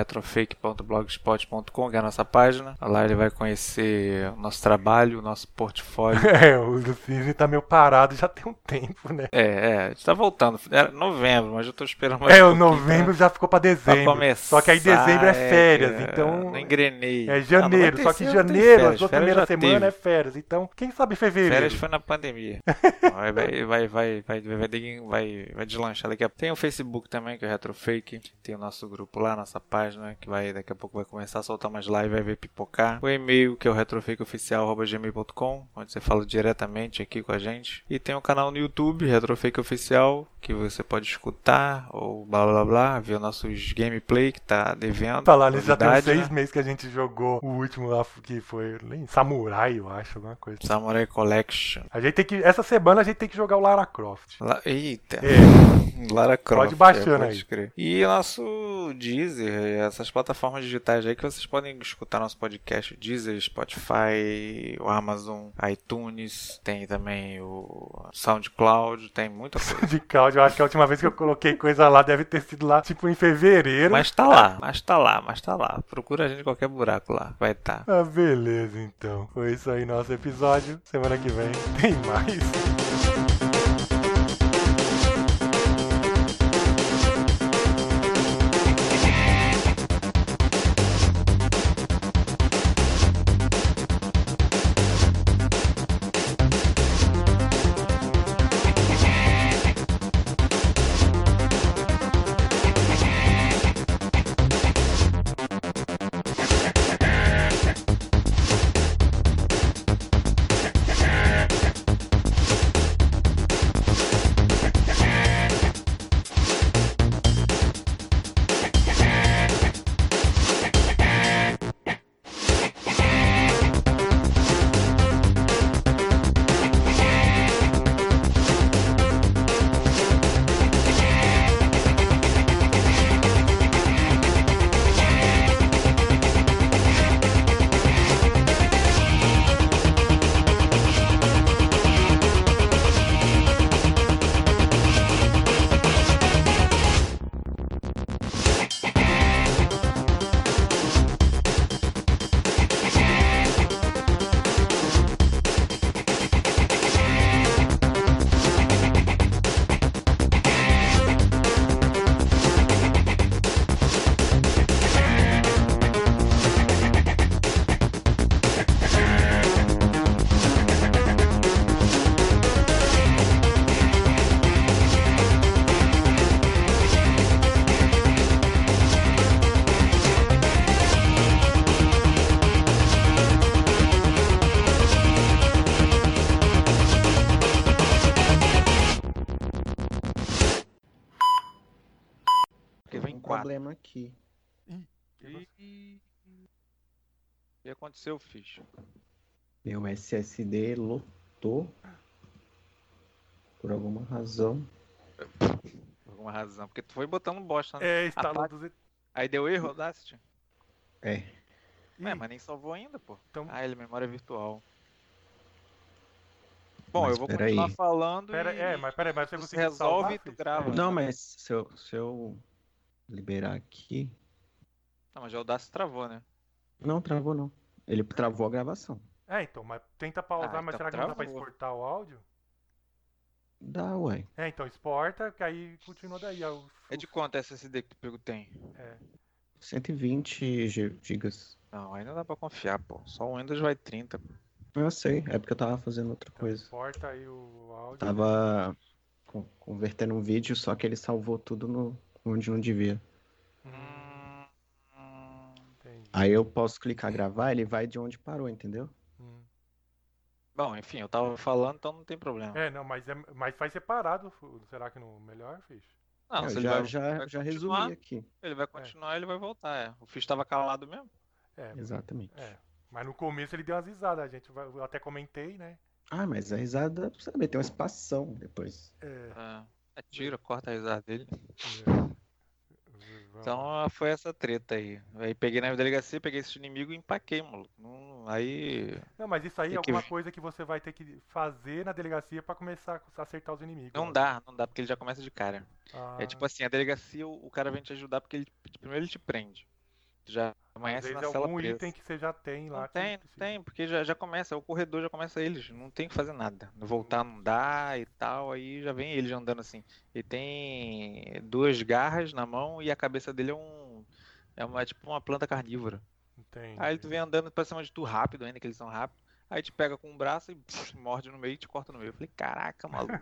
[SPEAKER 3] retrofake.blogspot.com, que é a nossa página. Lá ele vai conhecer o nosso trabalho, o nosso portfólio.
[SPEAKER 2] <laughs> É, o do Cisne tá meio parado já tem um tempo, né?
[SPEAKER 3] é, é, a gente tá voltando. Era novembro, mas eu tô esperando mais
[SPEAKER 2] É,
[SPEAKER 3] um
[SPEAKER 2] o
[SPEAKER 3] pouquinho
[SPEAKER 2] novembro
[SPEAKER 3] pra-
[SPEAKER 2] já ficou pra
[SPEAKER 3] pra
[SPEAKER 2] dezembro.
[SPEAKER 3] começar,
[SPEAKER 2] só que aí dezembro é férias,
[SPEAKER 3] cara.
[SPEAKER 2] então
[SPEAKER 3] Não engrenei.
[SPEAKER 2] é
[SPEAKER 3] Ah,
[SPEAKER 2] janeiro.
[SPEAKER 3] não,
[SPEAKER 2] só
[SPEAKER 3] mas
[SPEAKER 2] que
[SPEAKER 3] esse ano tem
[SPEAKER 2] janeiro,
[SPEAKER 3] férias,
[SPEAKER 2] as duas
[SPEAKER 3] férias
[SPEAKER 2] primeiras
[SPEAKER 3] já
[SPEAKER 2] semanas
[SPEAKER 3] teve.
[SPEAKER 2] é férias. Então, quem sabe fevereiro?
[SPEAKER 3] Férias foi
[SPEAKER 2] <laughs>
[SPEAKER 3] na pandemia. Vai, vai, vai, vai, vai, vai, vai, vai, vai deslanchar daqui a pouco. Tem o Facebook também, que é o Retrofake. Tem o nosso grupo lá, nossa página, que vai daqui a pouco vai começar a soltar umas lives, vai ver pipocar. O e-mail, que é o retrofakeoficial.gmail.com, onde você fala diretamente aqui com a gente. E tem o canal no YouTube, Retrofake Oficial, que você pode escutar, ou blá blá blá, ver os nossos gameplay que tá devendo.
[SPEAKER 2] Falar nisso, já tem
[SPEAKER 3] Novidade,
[SPEAKER 2] seis
[SPEAKER 3] né?
[SPEAKER 2] meses que a gente jogou o último lá, que foi nem Samurai, eu acho, alguma coisa. assim.
[SPEAKER 3] Samurai Collection.
[SPEAKER 2] A gente tem que, essa semana a gente tem que jogar o Lara Croft.
[SPEAKER 3] La... Eita!
[SPEAKER 2] É, <laughs>
[SPEAKER 3] Lara Croft.
[SPEAKER 2] Pode baixando
[SPEAKER 3] é, pode
[SPEAKER 2] aí.
[SPEAKER 3] crer. E nosso Deezer, essas plataformas digitais aí que vocês podem escutar nosso podcast, o Deezer, Spotify, o Amazon, iTunes, tem também o SoundCloud, tem muita coisa.
[SPEAKER 2] de caldo, eu acho que a última vez que eu coloquei coisa lá deve ter sido lá, tipo, em fevereiro.
[SPEAKER 3] mas tá lá, mas tá lá, mas tá lá. Procura a gente em qualquer buraco lá, vai tá. estar.
[SPEAKER 2] Ah, beleza, então. Foi isso aí nosso episódio. Semana que vem tem mais.
[SPEAKER 3] <laughs>
[SPEAKER 5] problema aqui.
[SPEAKER 3] E... O que aconteceu, Ficha?
[SPEAKER 4] Meu SSD lotou. Por alguma razão.
[SPEAKER 3] Por alguma razão. Porque tu foi botando bosta, né?
[SPEAKER 2] É, instalou
[SPEAKER 3] Apaga.
[SPEAKER 2] 200.
[SPEAKER 3] Aí deu erro, Audacity?
[SPEAKER 4] É.
[SPEAKER 3] É, mas nem salvou ainda, pô.
[SPEAKER 2] Então-
[SPEAKER 3] Ah, ele é memória virtual. Bom,
[SPEAKER 4] Mas
[SPEAKER 3] eu vou
[SPEAKER 4] pera
[SPEAKER 3] continuar
[SPEAKER 4] aí.
[SPEAKER 3] falando
[SPEAKER 2] Pera,
[SPEAKER 3] e...
[SPEAKER 2] é, mas peraí, mas você
[SPEAKER 3] tu
[SPEAKER 2] conseguiu
[SPEAKER 3] resolve
[SPEAKER 2] salvar,
[SPEAKER 3] e tu
[SPEAKER 2] Ficha?
[SPEAKER 3] grava.
[SPEAKER 4] Não, mas se eu, se eu liberar aqui.
[SPEAKER 3] Não, mas já o Audacity travou, né?
[SPEAKER 4] Não, travou não. Ele travou a gravação.
[SPEAKER 2] É, então, mas tenta pausar,
[SPEAKER 3] Ah,
[SPEAKER 2] mas
[SPEAKER 3] então
[SPEAKER 2] será que não dá pra
[SPEAKER 3] travou.
[SPEAKER 2] exportar o áudio?
[SPEAKER 4] Dá, ué.
[SPEAKER 2] É, então exporta, que aí continua daí. ó, o- é, então
[SPEAKER 3] É de quanto SSD que tu pego tem?
[SPEAKER 4] 120 gi- gigas.
[SPEAKER 3] Não, aí não dá pra confiar, pô. Só o Windows vai 30. pô.
[SPEAKER 4] Eu sei, é porque eu tava fazendo outra
[SPEAKER 2] Então,
[SPEAKER 4] coisa.
[SPEAKER 2] exporta aí o áudio.
[SPEAKER 4] Tava con- convertendo um vídeo, só que ele salvou tudo no, onde não devia.
[SPEAKER 3] Hum, hum.
[SPEAKER 2] Entendi.
[SPEAKER 4] Aí eu posso clicar gravar, ele vai de onde parou, entendeu?
[SPEAKER 2] Hum.
[SPEAKER 3] Bom, enfim, eu tava falando, então não tem problema.
[SPEAKER 2] É, não, mas, é, mas faz separado. fu- Será que no melhor, Ficha?
[SPEAKER 3] Não,
[SPEAKER 4] eu
[SPEAKER 3] se ele
[SPEAKER 4] é, já,
[SPEAKER 3] vai-
[SPEAKER 4] já,
[SPEAKER 3] vai
[SPEAKER 4] já
[SPEAKER 3] continuar,
[SPEAKER 4] resumi aqui.
[SPEAKER 3] Ele vai continuar, ele vai voltar, é. O Fish tava calado mesmo.
[SPEAKER 2] É,
[SPEAKER 4] Exatamente.
[SPEAKER 2] é. Mas no começo ele deu umas risadas, a gente. vai- Eu até comentei, né?
[SPEAKER 4] Ah, mas a risada, pra saber, tem uma espação depois.
[SPEAKER 2] É.
[SPEAKER 3] É, tira, corta a risada dele.
[SPEAKER 2] V- vamos-
[SPEAKER 3] Então foi essa treta aí. Aí peguei na delegacia, peguei esse inimigo e empaquei, maluco. Não- aí.
[SPEAKER 2] Não, mas isso aí é
[SPEAKER 3] tem que-
[SPEAKER 2] alguma coisa que você vai ter que fazer na delegacia pra começar a acertar os inimigos. né?
[SPEAKER 3] Não dá, não dá, porque ele já começa de cara.
[SPEAKER 2] Ah,
[SPEAKER 3] É tipo assim, a delegacia, o, o cara vem te ajudar porque ele, primeiro ele te prende. Tu já
[SPEAKER 2] às
[SPEAKER 3] amanhece
[SPEAKER 2] vezes
[SPEAKER 3] na
[SPEAKER 2] é
[SPEAKER 3] cela
[SPEAKER 2] algum
[SPEAKER 3] preso.
[SPEAKER 2] item que você já tem lá.
[SPEAKER 3] Não
[SPEAKER 2] que-
[SPEAKER 3] tem, não
[SPEAKER 2] que-
[SPEAKER 3] tem, porque já, já começa, o corredor já começa eles, não tem o que fazer nada. Voltar não dá e tal, aí já vem eles andando assim. E tem duas garras na mão e a cabeça dele é um. É uma, tipo uma planta carnívora.
[SPEAKER 2] Entendi.
[SPEAKER 3] Aí tu vem andando pra cima de tu rápido ainda, que eles são rápidos. Aí te pega com um braço e pss, morde no meio e te corta no meio. Eu falei, caraca, maluco.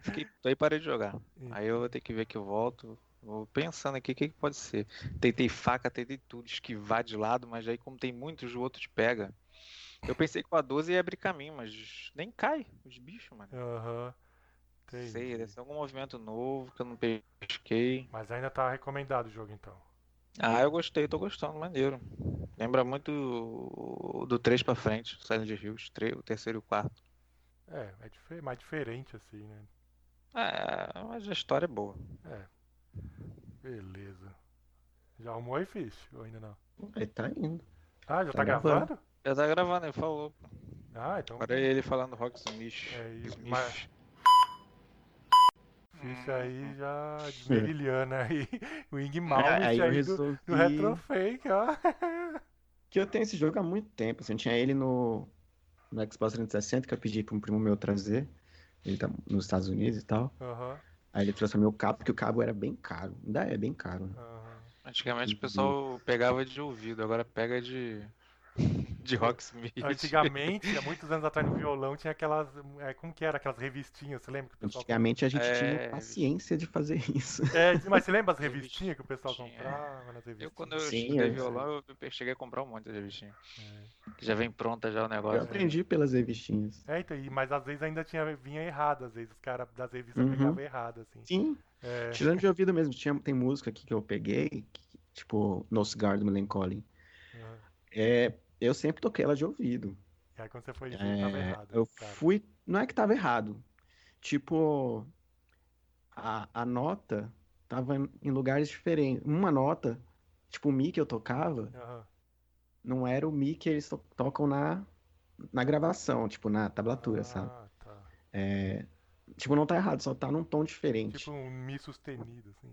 [SPEAKER 3] Fiquei puto aí parei de jogar. Aí eu vou ter que ver que eu volto. Vou pensando aqui o que, que pode ser. Tentei faca, tentei tudo, esquivar de lado, mas aí como tem muitos, o outro te pega. Eu pensei que com a 12 ia abrir caminho, mas nem cai os bichos, mano.
[SPEAKER 2] Aham.
[SPEAKER 3] Não
[SPEAKER 2] Entendi.
[SPEAKER 3] sei, deve ser algum movimento novo que eu não pesquei.
[SPEAKER 2] Mas ainda tá recomendado o jogo então.
[SPEAKER 3] Ah, eu gostei, tô gostando, maneiro. Lembra muito o- do 3 pra frente, Silent Hills, tre- o terceiro e o quarto.
[SPEAKER 2] É, é dife- mais diferente assim, né?
[SPEAKER 3] Ah, mas a história é boa.
[SPEAKER 2] Beleza. Já arrumou aí, Fish? Ou ainda não?
[SPEAKER 4] Ele tá indo.
[SPEAKER 2] Ah, já tá,
[SPEAKER 4] Tá
[SPEAKER 2] gravando?
[SPEAKER 4] gravando.
[SPEAKER 3] Já tá gravando, ele falou.
[SPEAKER 2] Ah, então.
[SPEAKER 3] Agora é ele falando Rocksmith.
[SPEAKER 2] É isso,
[SPEAKER 3] Smith.
[SPEAKER 2] mas- Fish
[SPEAKER 3] Hum.
[SPEAKER 2] aí já de Merilhana aí. <laughs> O
[SPEAKER 3] É,
[SPEAKER 2] Ing Malmich
[SPEAKER 4] É, aí
[SPEAKER 2] aí,
[SPEAKER 4] eu
[SPEAKER 2] do,
[SPEAKER 4] resolvi
[SPEAKER 2] do Retrofake, ó.
[SPEAKER 4] que eu tenho esse jogo há muito tempo. Assim, eu tinha ele no, no Xbox 360, que eu pedi pra um primo meu trazer. Ele tá nos Estados Unidos e tal.
[SPEAKER 2] Aham,
[SPEAKER 4] Aí ele trouxe o meu cabo, porque o cabo era bem caro. Ainda é bem caro. né?
[SPEAKER 3] <laughs>
[SPEAKER 2] aham.
[SPEAKER 3] Antigamente o
[SPEAKER 4] Uhum.
[SPEAKER 3] pessoal pegava de ouvido, agora pega de. <laughs> de Rocksmith.
[SPEAKER 2] Antigamente, há muitos anos atrás no violão, tinha aquelas. é, como que era? Aquelas revistinhas, você lembra que o pessoal. tá
[SPEAKER 4] Antigamente a gente
[SPEAKER 3] É,
[SPEAKER 4] tinha paciência de fazer <laughs> isso.
[SPEAKER 2] É, mas
[SPEAKER 3] <laughs>
[SPEAKER 2] você lembra as revistinhas que o pessoal
[SPEAKER 3] Tinha.
[SPEAKER 2] comprava nas revistas?
[SPEAKER 3] Eu, quando eu
[SPEAKER 4] Sim,
[SPEAKER 3] estudei
[SPEAKER 4] eu-
[SPEAKER 3] violão, eu eu cheguei a comprar um monte de revistinha. Que Já vem pronta já o
[SPEAKER 4] Eu
[SPEAKER 3] negócio.
[SPEAKER 4] aprendi pelas revistinhas.
[SPEAKER 2] É, então, e- mas às vezes ainda tinha, vinha errado, às vezes os caras das revistas
[SPEAKER 4] Uhum.
[SPEAKER 2] pegavam errado, assim.
[SPEAKER 4] Sim,
[SPEAKER 2] É,
[SPEAKER 4] tirando de ouvido mesmo. Tinha, tem música aqui que eu peguei, que, tipo No Cigar do Melancholy.
[SPEAKER 2] aham.
[SPEAKER 4] É, eu sempre toquei ela de ouvido.
[SPEAKER 2] E aí quando você foi ver, tava
[SPEAKER 4] É,
[SPEAKER 2] errado.
[SPEAKER 4] eu
[SPEAKER 2] cara.
[SPEAKER 4] fui. Não é que tava errado. Tipo, a, a nota tava em- em lugares diferentes. Uma nota, tipo, o Mi que eu tocava,
[SPEAKER 2] Aham.
[SPEAKER 4] não era o Mi que eles to- tocam na, na gravação, tipo, na tablatura,
[SPEAKER 2] ah,
[SPEAKER 4] sabe?
[SPEAKER 2] Tá.
[SPEAKER 4] Tipo, não tá errado, só tá num tom diferente.
[SPEAKER 2] Tipo um Mi sustenido, assim.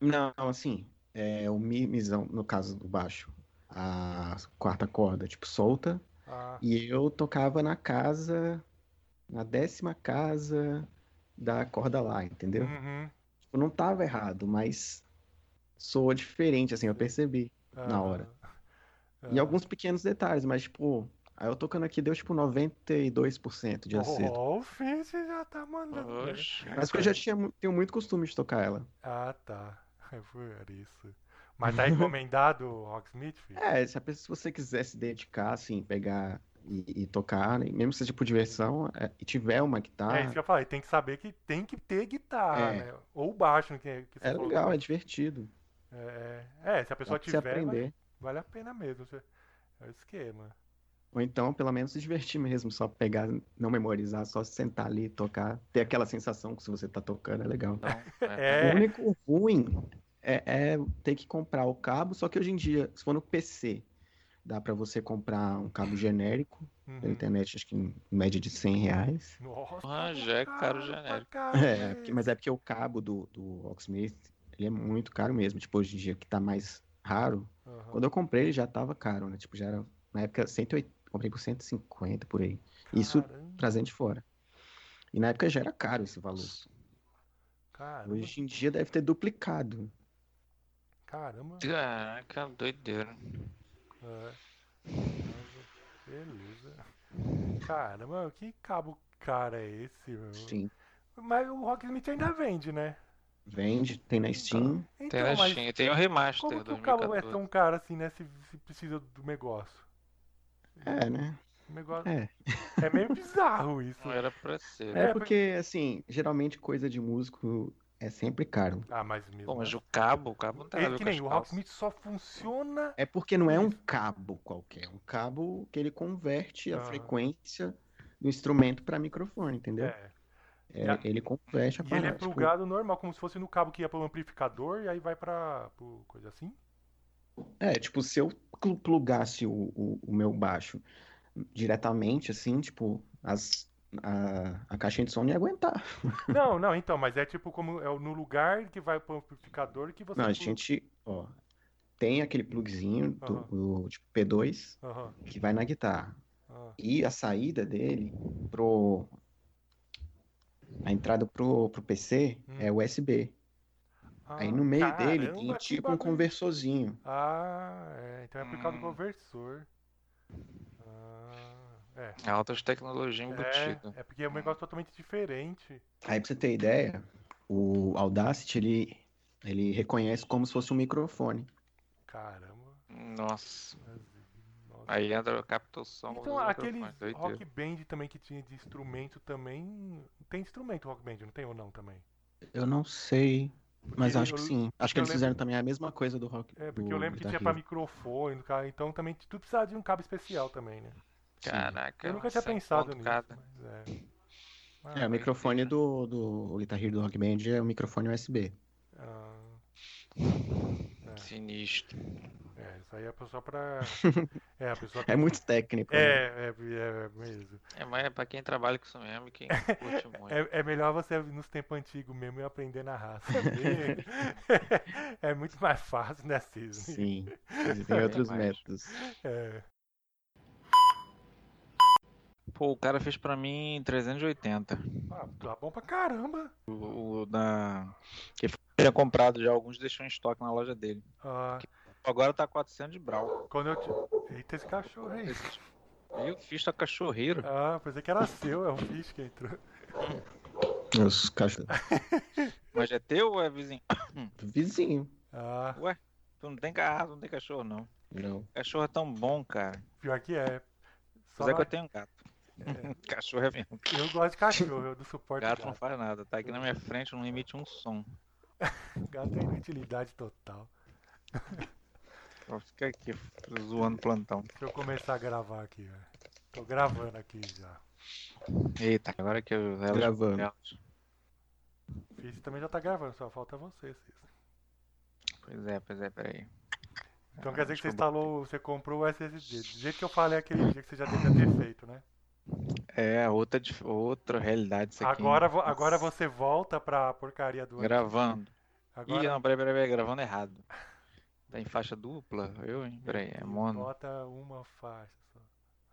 [SPEAKER 4] Não, assim, é o Mi, Mizão, no caso do baixo. A quarta corda, tipo, solta.
[SPEAKER 2] Ah,
[SPEAKER 4] E eu tocava na casa, na décima casa da corda lá, entendeu?
[SPEAKER 2] uhum,
[SPEAKER 4] Tipo, não tava errado, mas soa diferente, assim, eu percebi.
[SPEAKER 2] ah,
[SPEAKER 4] hora.
[SPEAKER 2] ah.
[SPEAKER 4] E é alguns pequenos detalhes, mas, tipo, aí eu tocando aqui deu, tipo, 92%
[SPEAKER 2] Tá
[SPEAKER 4] de acerto.
[SPEAKER 2] Ó, o Fish já tá mandando. bem.
[SPEAKER 3] Oxe.
[SPEAKER 4] Mas que eu já tinha, mu- tenho muito costume de tocar ela.
[SPEAKER 2] Ah, tá. <laughs> É por isso. Mas
[SPEAKER 4] <laughs>
[SPEAKER 2] tá recomendado o Rocksmith, filho?
[SPEAKER 4] É, se, a pessoa, se você quiser se dedicar, assim, pegar e, e tocar, né, mesmo que seja por diversão, é, e tiver uma
[SPEAKER 2] É isso
[SPEAKER 4] guitarra,
[SPEAKER 2] que eu falei, tem que saber que tem que ter guitarra,
[SPEAKER 4] Ah. É.
[SPEAKER 2] né? Ou baixo, que, que você
[SPEAKER 4] é
[SPEAKER 2] falou.
[SPEAKER 4] legal, é divertido.
[SPEAKER 2] É, é, se a pessoa
[SPEAKER 4] Dá pra você
[SPEAKER 2] tiver, vale,
[SPEAKER 4] aprender.
[SPEAKER 2] vale a pena mesmo. você- É o esquema.
[SPEAKER 4] Ou então, pelo menos, se divertir mesmo. Só pegar, não memorizar, só sentar ali, tocar. Ter aquela sensação que se você tá tocando é legal.
[SPEAKER 3] Então, é.
[SPEAKER 4] O
[SPEAKER 2] É,
[SPEAKER 4] único ruim é, é ter que comprar o cabo, só que hoje em dia, se for no PC, dá pra você comprar um cabo genérico
[SPEAKER 2] uhum.
[SPEAKER 4] pela internet, acho que em média de 100 reais.
[SPEAKER 2] Nossa,
[SPEAKER 3] Ah, já é caro
[SPEAKER 2] pra
[SPEAKER 3] genérico.
[SPEAKER 2] caralho. <laughs>
[SPEAKER 4] É, porque- mas é porque o cabo do, do Oxmith, ele é muito caro mesmo. Tipo, hoje em dia que tá mais raro.
[SPEAKER 2] Aham.
[SPEAKER 4] Quando eu comprei, ele já tava caro, né? Tipo, já era, na época, 108, comprei por 150, por aí. Isso
[SPEAKER 2] Caramba,
[SPEAKER 4] trazendo de fora. E na época já era caro esse valor.
[SPEAKER 2] caramba,
[SPEAKER 4] Hoje em dia deve ter duplicado.
[SPEAKER 2] caramba.
[SPEAKER 3] Caraca, ah, doideira.
[SPEAKER 2] É. Beleza. Caramba, que cabo cara é esse, meu?
[SPEAKER 4] Sim.
[SPEAKER 2] Mas o Rocksmith ainda vende, né?
[SPEAKER 4] Vende, tem na Steam.
[SPEAKER 3] Tem
[SPEAKER 2] Então,
[SPEAKER 3] na
[SPEAKER 2] mas
[SPEAKER 3] Steam, tem o remaster
[SPEAKER 2] como que o cabo é
[SPEAKER 3] 2014.
[SPEAKER 2] tão caro assim, né? Se, se precisa do negócio.
[SPEAKER 4] É, né?
[SPEAKER 2] O negócio...
[SPEAKER 4] É.
[SPEAKER 2] É meio bizarro isso.
[SPEAKER 3] Não era pra ser.
[SPEAKER 2] É,
[SPEAKER 4] É porque, assim, geralmente coisa de músico é sempre caro.
[SPEAKER 2] Ah, mas mesmo.
[SPEAKER 3] Pô, mas o cabo, o cabo não tem nada a
[SPEAKER 2] Ele
[SPEAKER 3] ver
[SPEAKER 2] É que
[SPEAKER 3] com
[SPEAKER 2] nem
[SPEAKER 3] as
[SPEAKER 2] o
[SPEAKER 3] calças.
[SPEAKER 2] Rocksmith só funciona.
[SPEAKER 4] É porque não é
[SPEAKER 2] Hum.
[SPEAKER 4] um cabo qualquer, é um cabo que ele converte a
[SPEAKER 2] Ah.
[SPEAKER 4] frequência do instrumento para microfone, entendeu?
[SPEAKER 2] É.
[SPEAKER 4] É,
[SPEAKER 2] E a-
[SPEAKER 4] Ele converte a
[SPEAKER 2] E ele é
[SPEAKER 4] parada. tipo,
[SPEAKER 2] plugado normal, como se fosse no cabo que ia pro amplificador e aí vai pra. pro coisa assim. <laughs>
[SPEAKER 4] é, tipo, se eu plu- plugasse o, o- o meu baixo diretamente, assim, tipo, as- a, a caixinha de som não ia aguentar.
[SPEAKER 2] Não, não, então, mas é tipo como. É no lugar que vai pro amplificador que você.
[SPEAKER 4] Não, a gente, ó, tem aquele plugzinho do,
[SPEAKER 2] Aham.
[SPEAKER 4] do, tipo, P2
[SPEAKER 2] Aham, Ah,
[SPEAKER 4] que vai na guitarra.
[SPEAKER 2] aham.
[SPEAKER 4] E a saída dele pro. A entrada pro, pro PC
[SPEAKER 2] Hum.
[SPEAKER 4] é USB. Aí
[SPEAKER 2] Ah,
[SPEAKER 4] no meio dele tem
[SPEAKER 2] caramba, que
[SPEAKER 4] tipo um
[SPEAKER 2] bagulho.
[SPEAKER 4] conversorzinho.
[SPEAKER 2] Ah, é, então é por causa do
[SPEAKER 3] Hum.
[SPEAKER 2] conversor. Ah, é.
[SPEAKER 3] Altas tecnologias embutidas.
[SPEAKER 2] É, é porque é um negócio totalmente diferente.
[SPEAKER 4] Aí pra você ter ideia, o Audacity ele, ele reconhece como se fosse um microfone.
[SPEAKER 2] Caramba.
[SPEAKER 3] Nossa.
[SPEAKER 2] mas- Nossa.
[SPEAKER 3] Aí entra, capta o som.
[SPEAKER 2] Então,
[SPEAKER 3] do
[SPEAKER 2] aqueles
[SPEAKER 3] microfone, doideira.
[SPEAKER 2] rock band também que tinha de instrumento também. Tem instrumento rock band, não tem ou não também?
[SPEAKER 4] Eu não sei, mas
[SPEAKER 2] Eu-
[SPEAKER 4] acho que sim. Acho que
[SPEAKER 2] eu
[SPEAKER 4] eles
[SPEAKER 2] lembro-
[SPEAKER 4] fizeram também a mesma coisa do rock.
[SPEAKER 2] É, porque
[SPEAKER 4] do
[SPEAKER 2] eu lembro que
[SPEAKER 4] Guitar
[SPEAKER 2] tinha pra
[SPEAKER 4] Hero.
[SPEAKER 2] microfone, do cara, então também tudo precisava de um cabo especial também, né?
[SPEAKER 3] Caraca.
[SPEAKER 2] Eu nunca tinha
[SPEAKER 3] sem
[SPEAKER 2] pensado
[SPEAKER 3] é um ponto
[SPEAKER 2] nisso.
[SPEAKER 3] cada.
[SPEAKER 2] mas é. Ah,
[SPEAKER 4] É, o microfone do, do Guitar Hero do Rock Band é o microfone USB.
[SPEAKER 2] ah,
[SPEAKER 3] Sinistro.
[SPEAKER 2] é, isso aí é só
[SPEAKER 4] <laughs>
[SPEAKER 2] pra. É, a pessoa
[SPEAKER 4] É muito técnico. né?
[SPEAKER 2] É, é, é mesmo.
[SPEAKER 3] É, mas é pra quem trabalha com isso mesmo e quem curte
[SPEAKER 2] <laughs>
[SPEAKER 3] muito.
[SPEAKER 2] É, é melhor você nos tempos antigos mesmo e aprender na
[SPEAKER 3] <laughs>
[SPEAKER 2] raça. é muito mais fácil, né, Cisne?
[SPEAKER 4] Sim, <laughs> existem outros
[SPEAKER 3] mas-
[SPEAKER 4] métodos.
[SPEAKER 2] É.
[SPEAKER 3] Pô, o cara fez pra mim 380.
[SPEAKER 2] Ah, tá bom pra caramba.
[SPEAKER 3] O, o da. Que ele tinha comprado já alguns, deixou em estoque na loja dele.
[SPEAKER 2] Ah,
[SPEAKER 3] Agora tá 400 de brau.
[SPEAKER 2] quando eu te... Eita, esse cachorro aí.
[SPEAKER 3] Esse- tipo. Eu fiz tá a cachorreira.
[SPEAKER 2] Ah, pensei que era seu, é o Fish que entrou.
[SPEAKER 4] Os cachorros.
[SPEAKER 3] Mas é teu ou é vizinho?
[SPEAKER 4] <laughs> Vizinho.
[SPEAKER 2] Ah,
[SPEAKER 3] Tu não tem carro, não tem cachorro, não.
[SPEAKER 4] Não.
[SPEAKER 3] Cachorro é tão bom, cara.
[SPEAKER 2] pior que é. Só
[SPEAKER 3] Apesar que
[SPEAKER 2] na-
[SPEAKER 3] eu tenho um gato. <laughs> Cachorro é mesmo.
[SPEAKER 2] eu... gosto de cachorro, eu do suporte
[SPEAKER 3] Gato não
[SPEAKER 2] gato.
[SPEAKER 3] faz nada. Tá aqui na minha frente, não emite um som.
[SPEAKER 2] Gato é inutilidade total.
[SPEAKER 3] Só fica aqui zoando plantão.
[SPEAKER 2] Deixa eu começar a gravar aqui, velho. Tô gravando aqui já.
[SPEAKER 3] Eita, agora que eu. elas-
[SPEAKER 4] Gravando.
[SPEAKER 3] elas-
[SPEAKER 2] Fish também já tá gravando, só falta você, Cisne.
[SPEAKER 3] Pois é, pois é, peraí.
[SPEAKER 2] Então
[SPEAKER 3] Ah,
[SPEAKER 2] quer dizer que você
[SPEAKER 3] acho eu botei.
[SPEAKER 2] instalou, você comprou o SSD. Do jeito que eu falei aquele dia que você já devia ter feito, né?
[SPEAKER 3] É, outra, dif- outra realidade isso aqui.
[SPEAKER 2] Agora, vo- agora você volta pra porcaria do.
[SPEAKER 3] Gravando. Ih,
[SPEAKER 2] Agora
[SPEAKER 3] não, peraí, peraí, peraí, gravando errado. Tá em faixa dupla? Eu, hein? Peraí, é mono.
[SPEAKER 2] bota uma faixa só.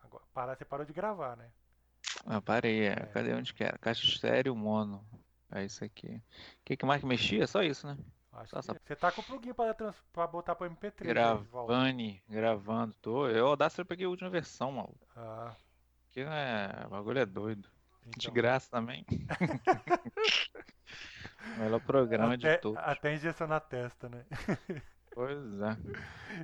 [SPEAKER 2] Agora, para, você parou de gravar, né?
[SPEAKER 3] Ah, parei, é.
[SPEAKER 2] É.
[SPEAKER 3] cadê onde que era? Caixa estéreo, mono. É isso aqui. O que, que mais que mexia? Só isso, né?
[SPEAKER 2] Acho
[SPEAKER 3] Nossa.
[SPEAKER 2] que... Você tá com o plugin pra, trans... pra botar pro MP3 aí né, de volta.
[SPEAKER 3] Gravando, gravando. Tô. Eu, Audacity, eu peguei a última versão, maluco.
[SPEAKER 2] Ah,
[SPEAKER 3] Que né, o bagulho é doido. De
[SPEAKER 2] então. <laughs>
[SPEAKER 3] graça também. Melhor programa de
[SPEAKER 2] até,
[SPEAKER 3] todos.
[SPEAKER 2] É, até injeção na testa, né? <laughs>
[SPEAKER 3] Pois é.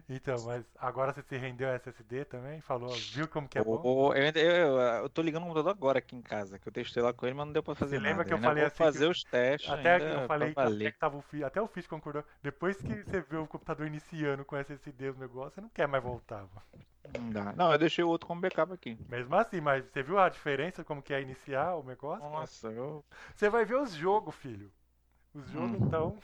[SPEAKER 2] Então, mas agora você se rendeu a SSD também? Falou, viu como que é bom?
[SPEAKER 3] Ô, ô, eu, ainda- eu- eu- eu tô ligando o computador agora aqui em casa, que eu testei lá com ele, mas não deu pra fazer
[SPEAKER 2] lembra
[SPEAKER 3] nada.
[SPEAKER 2] que eu
[SPEAKER 3] ainda
[SPEAKER 2] falei
[SPEAKER 3] vou
[SPEAKER 2] assim que-
[SPEAKER 3] fazer os testes
[SPEAKER 2] Até que
[SPEAKER 3] ainda tá
[SPEAKER 2] eu falei,
[SPEAKER 3] pra
[SPEAKER 2] até
[SPEAKER 3] valer.
[SPEAKER 2] que tava o Fitch, até o Fitch concordou. Depois que você vê o computador iniciando com SSD o negócio, você não quer mais voltar. mano.
[SPEAKER 3] Não dá. Não, eu deixei o outro como backup aqui.
[SPEAKER 2] Mesmo assim, mas você viu a diferença como que é iniciar o negócio?
[SPEAKER 3] Nossa, eu...
[SPEAKER 2] Você vai ver os jogos, filho. Os jogos
[SPEAKER 3] Hum.
[SPEAKER 2] então.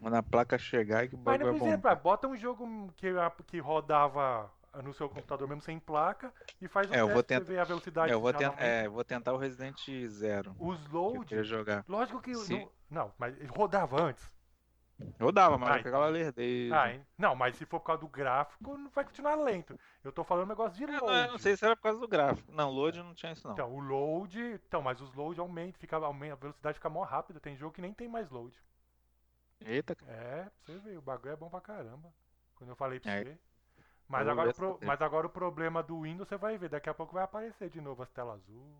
[SPEAKER 3] Quando a placa chegar, é que o
[SPEAKER 2] Mas não
[SPEAKER 3] bagulho é
[SPEAKER 2] precisa,
[SPEAKER 3] bom.
[SPEAKER 2] pra- bota um jogo que, que rodava no seu computador mesmo sem placa e faz um
[SPEAKER 3] É, eu vou
[SPEAKER 2] teste pra
[SPEAKER 3] tenta-
[SPEAKER 2] você ver a velocidade.
[SPEAKER 3] É, eu vou,
[SPEAKER 2] que
[SPEAKER 3] ten-
[SPEAKER 2] já aumenta.
[SPEAKER 3] é, eu vou tentar o Resident Zero,
[SPEAKER 2] Os
[SPEAKER 3] que eu queria
[SPEAKER 2] loads.
[SPEAKER 3] jogar.
[SPEAKER 2] Lógico que.
[SPEAKER 3] Sim.
[SPEAKER 2] Não, não, mas rodava antes.
[SPEAKER 3] Eu dava, mas
[SPEAKER 2] Ah,
[SPEAKER 3] eu pegava lerdei.
[SPEAKER 2] Ah, hein? não, mas se for por causa do gráfico, não vai continuar lento. Eu tô falando um negócio de
[SPEAKER 3] eu,
[SPEAKER 2] load.
[SPEAKER 3] É, não, eu não sei se era por causa do gráfico. Não, load não tinha isso não.
[SPEAKER 2] Então, o load. Então, mas os load aumentam, fica, aumenta, a velocidade fica mó rápida. Tem jogo que nem tem mais load.
[SPEAKER 3] Eita, cara.
[SPEAKER 2] É, pra você ver, o bagulho é bom pra caramba. Quando eu falei pra
[SPEAKER 3] É.
[SPEAKER 2] você. Mas
[SPEAKER 3] Eu vou
[SPEAKER 2] agora,
[SPEAKER 3] ver
[SPEAKER 2] o pro-
[SPEAKER 3] essa-
[SPEAKER 2] mas agora o problema do Windows você vai ver, daqui a pouco vai aparecer de novo as telas azul.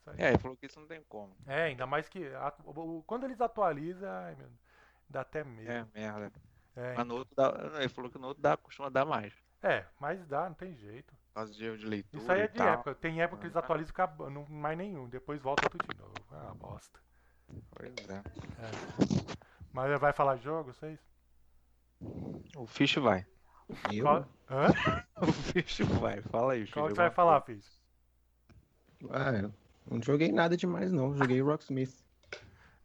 [SPEAKER 2] Isso aí.
[SPEAKER 3] É, ele falou que isso não tem como.
[SPEAKER 2] É, ainda mais que. a- o- o- Quando eles atualizam, ai, meu, dá até
[SPEAKER 3] É,
[SPEAKER 2] medo.
[SPEAKER 3] merda.
[SPEAKER 2] É,
[SPEAKER 3] Mas no outro dá... não, Ele falou que no outro dá, costuma dar mais. Por
[SPEAKER 2] é, mas dá, não tem jeito.
[SPEAKER 3] causa de erro de leitura
[SPEAKER 2] Isso aí é
[SPEAKER 3] e
[SPEAKER 2] de
[SPEAKER 3] tal. Ah.
[SPEAKER 2] época. Tem época que eles atualizam e acaba- não mais nenhum. Depois volta tudo de novo. Ah, bosta.
[SPEAKER 3] Pois é.
[SPEAKER 2] Mas vai falar jogo, vocês?
[SPEAKER 3] O Fish vai.
[SPEAKER 6] Eu?
[SPEAKER 2] Qual- Hã?
[SPEAKER 3] <laughs> O Fish vai. Fala aí,
[SPEAKER 2] Qual
[SPEAKER 3] Fish,
[SPEAKER 2] é que vai
[SPEAKER 3] alguma
[SPEAKER 2] falar, Fiz?
[SPEAKER 6] Ah, eu não joguei nada demais, não. Joguei Rocksmith.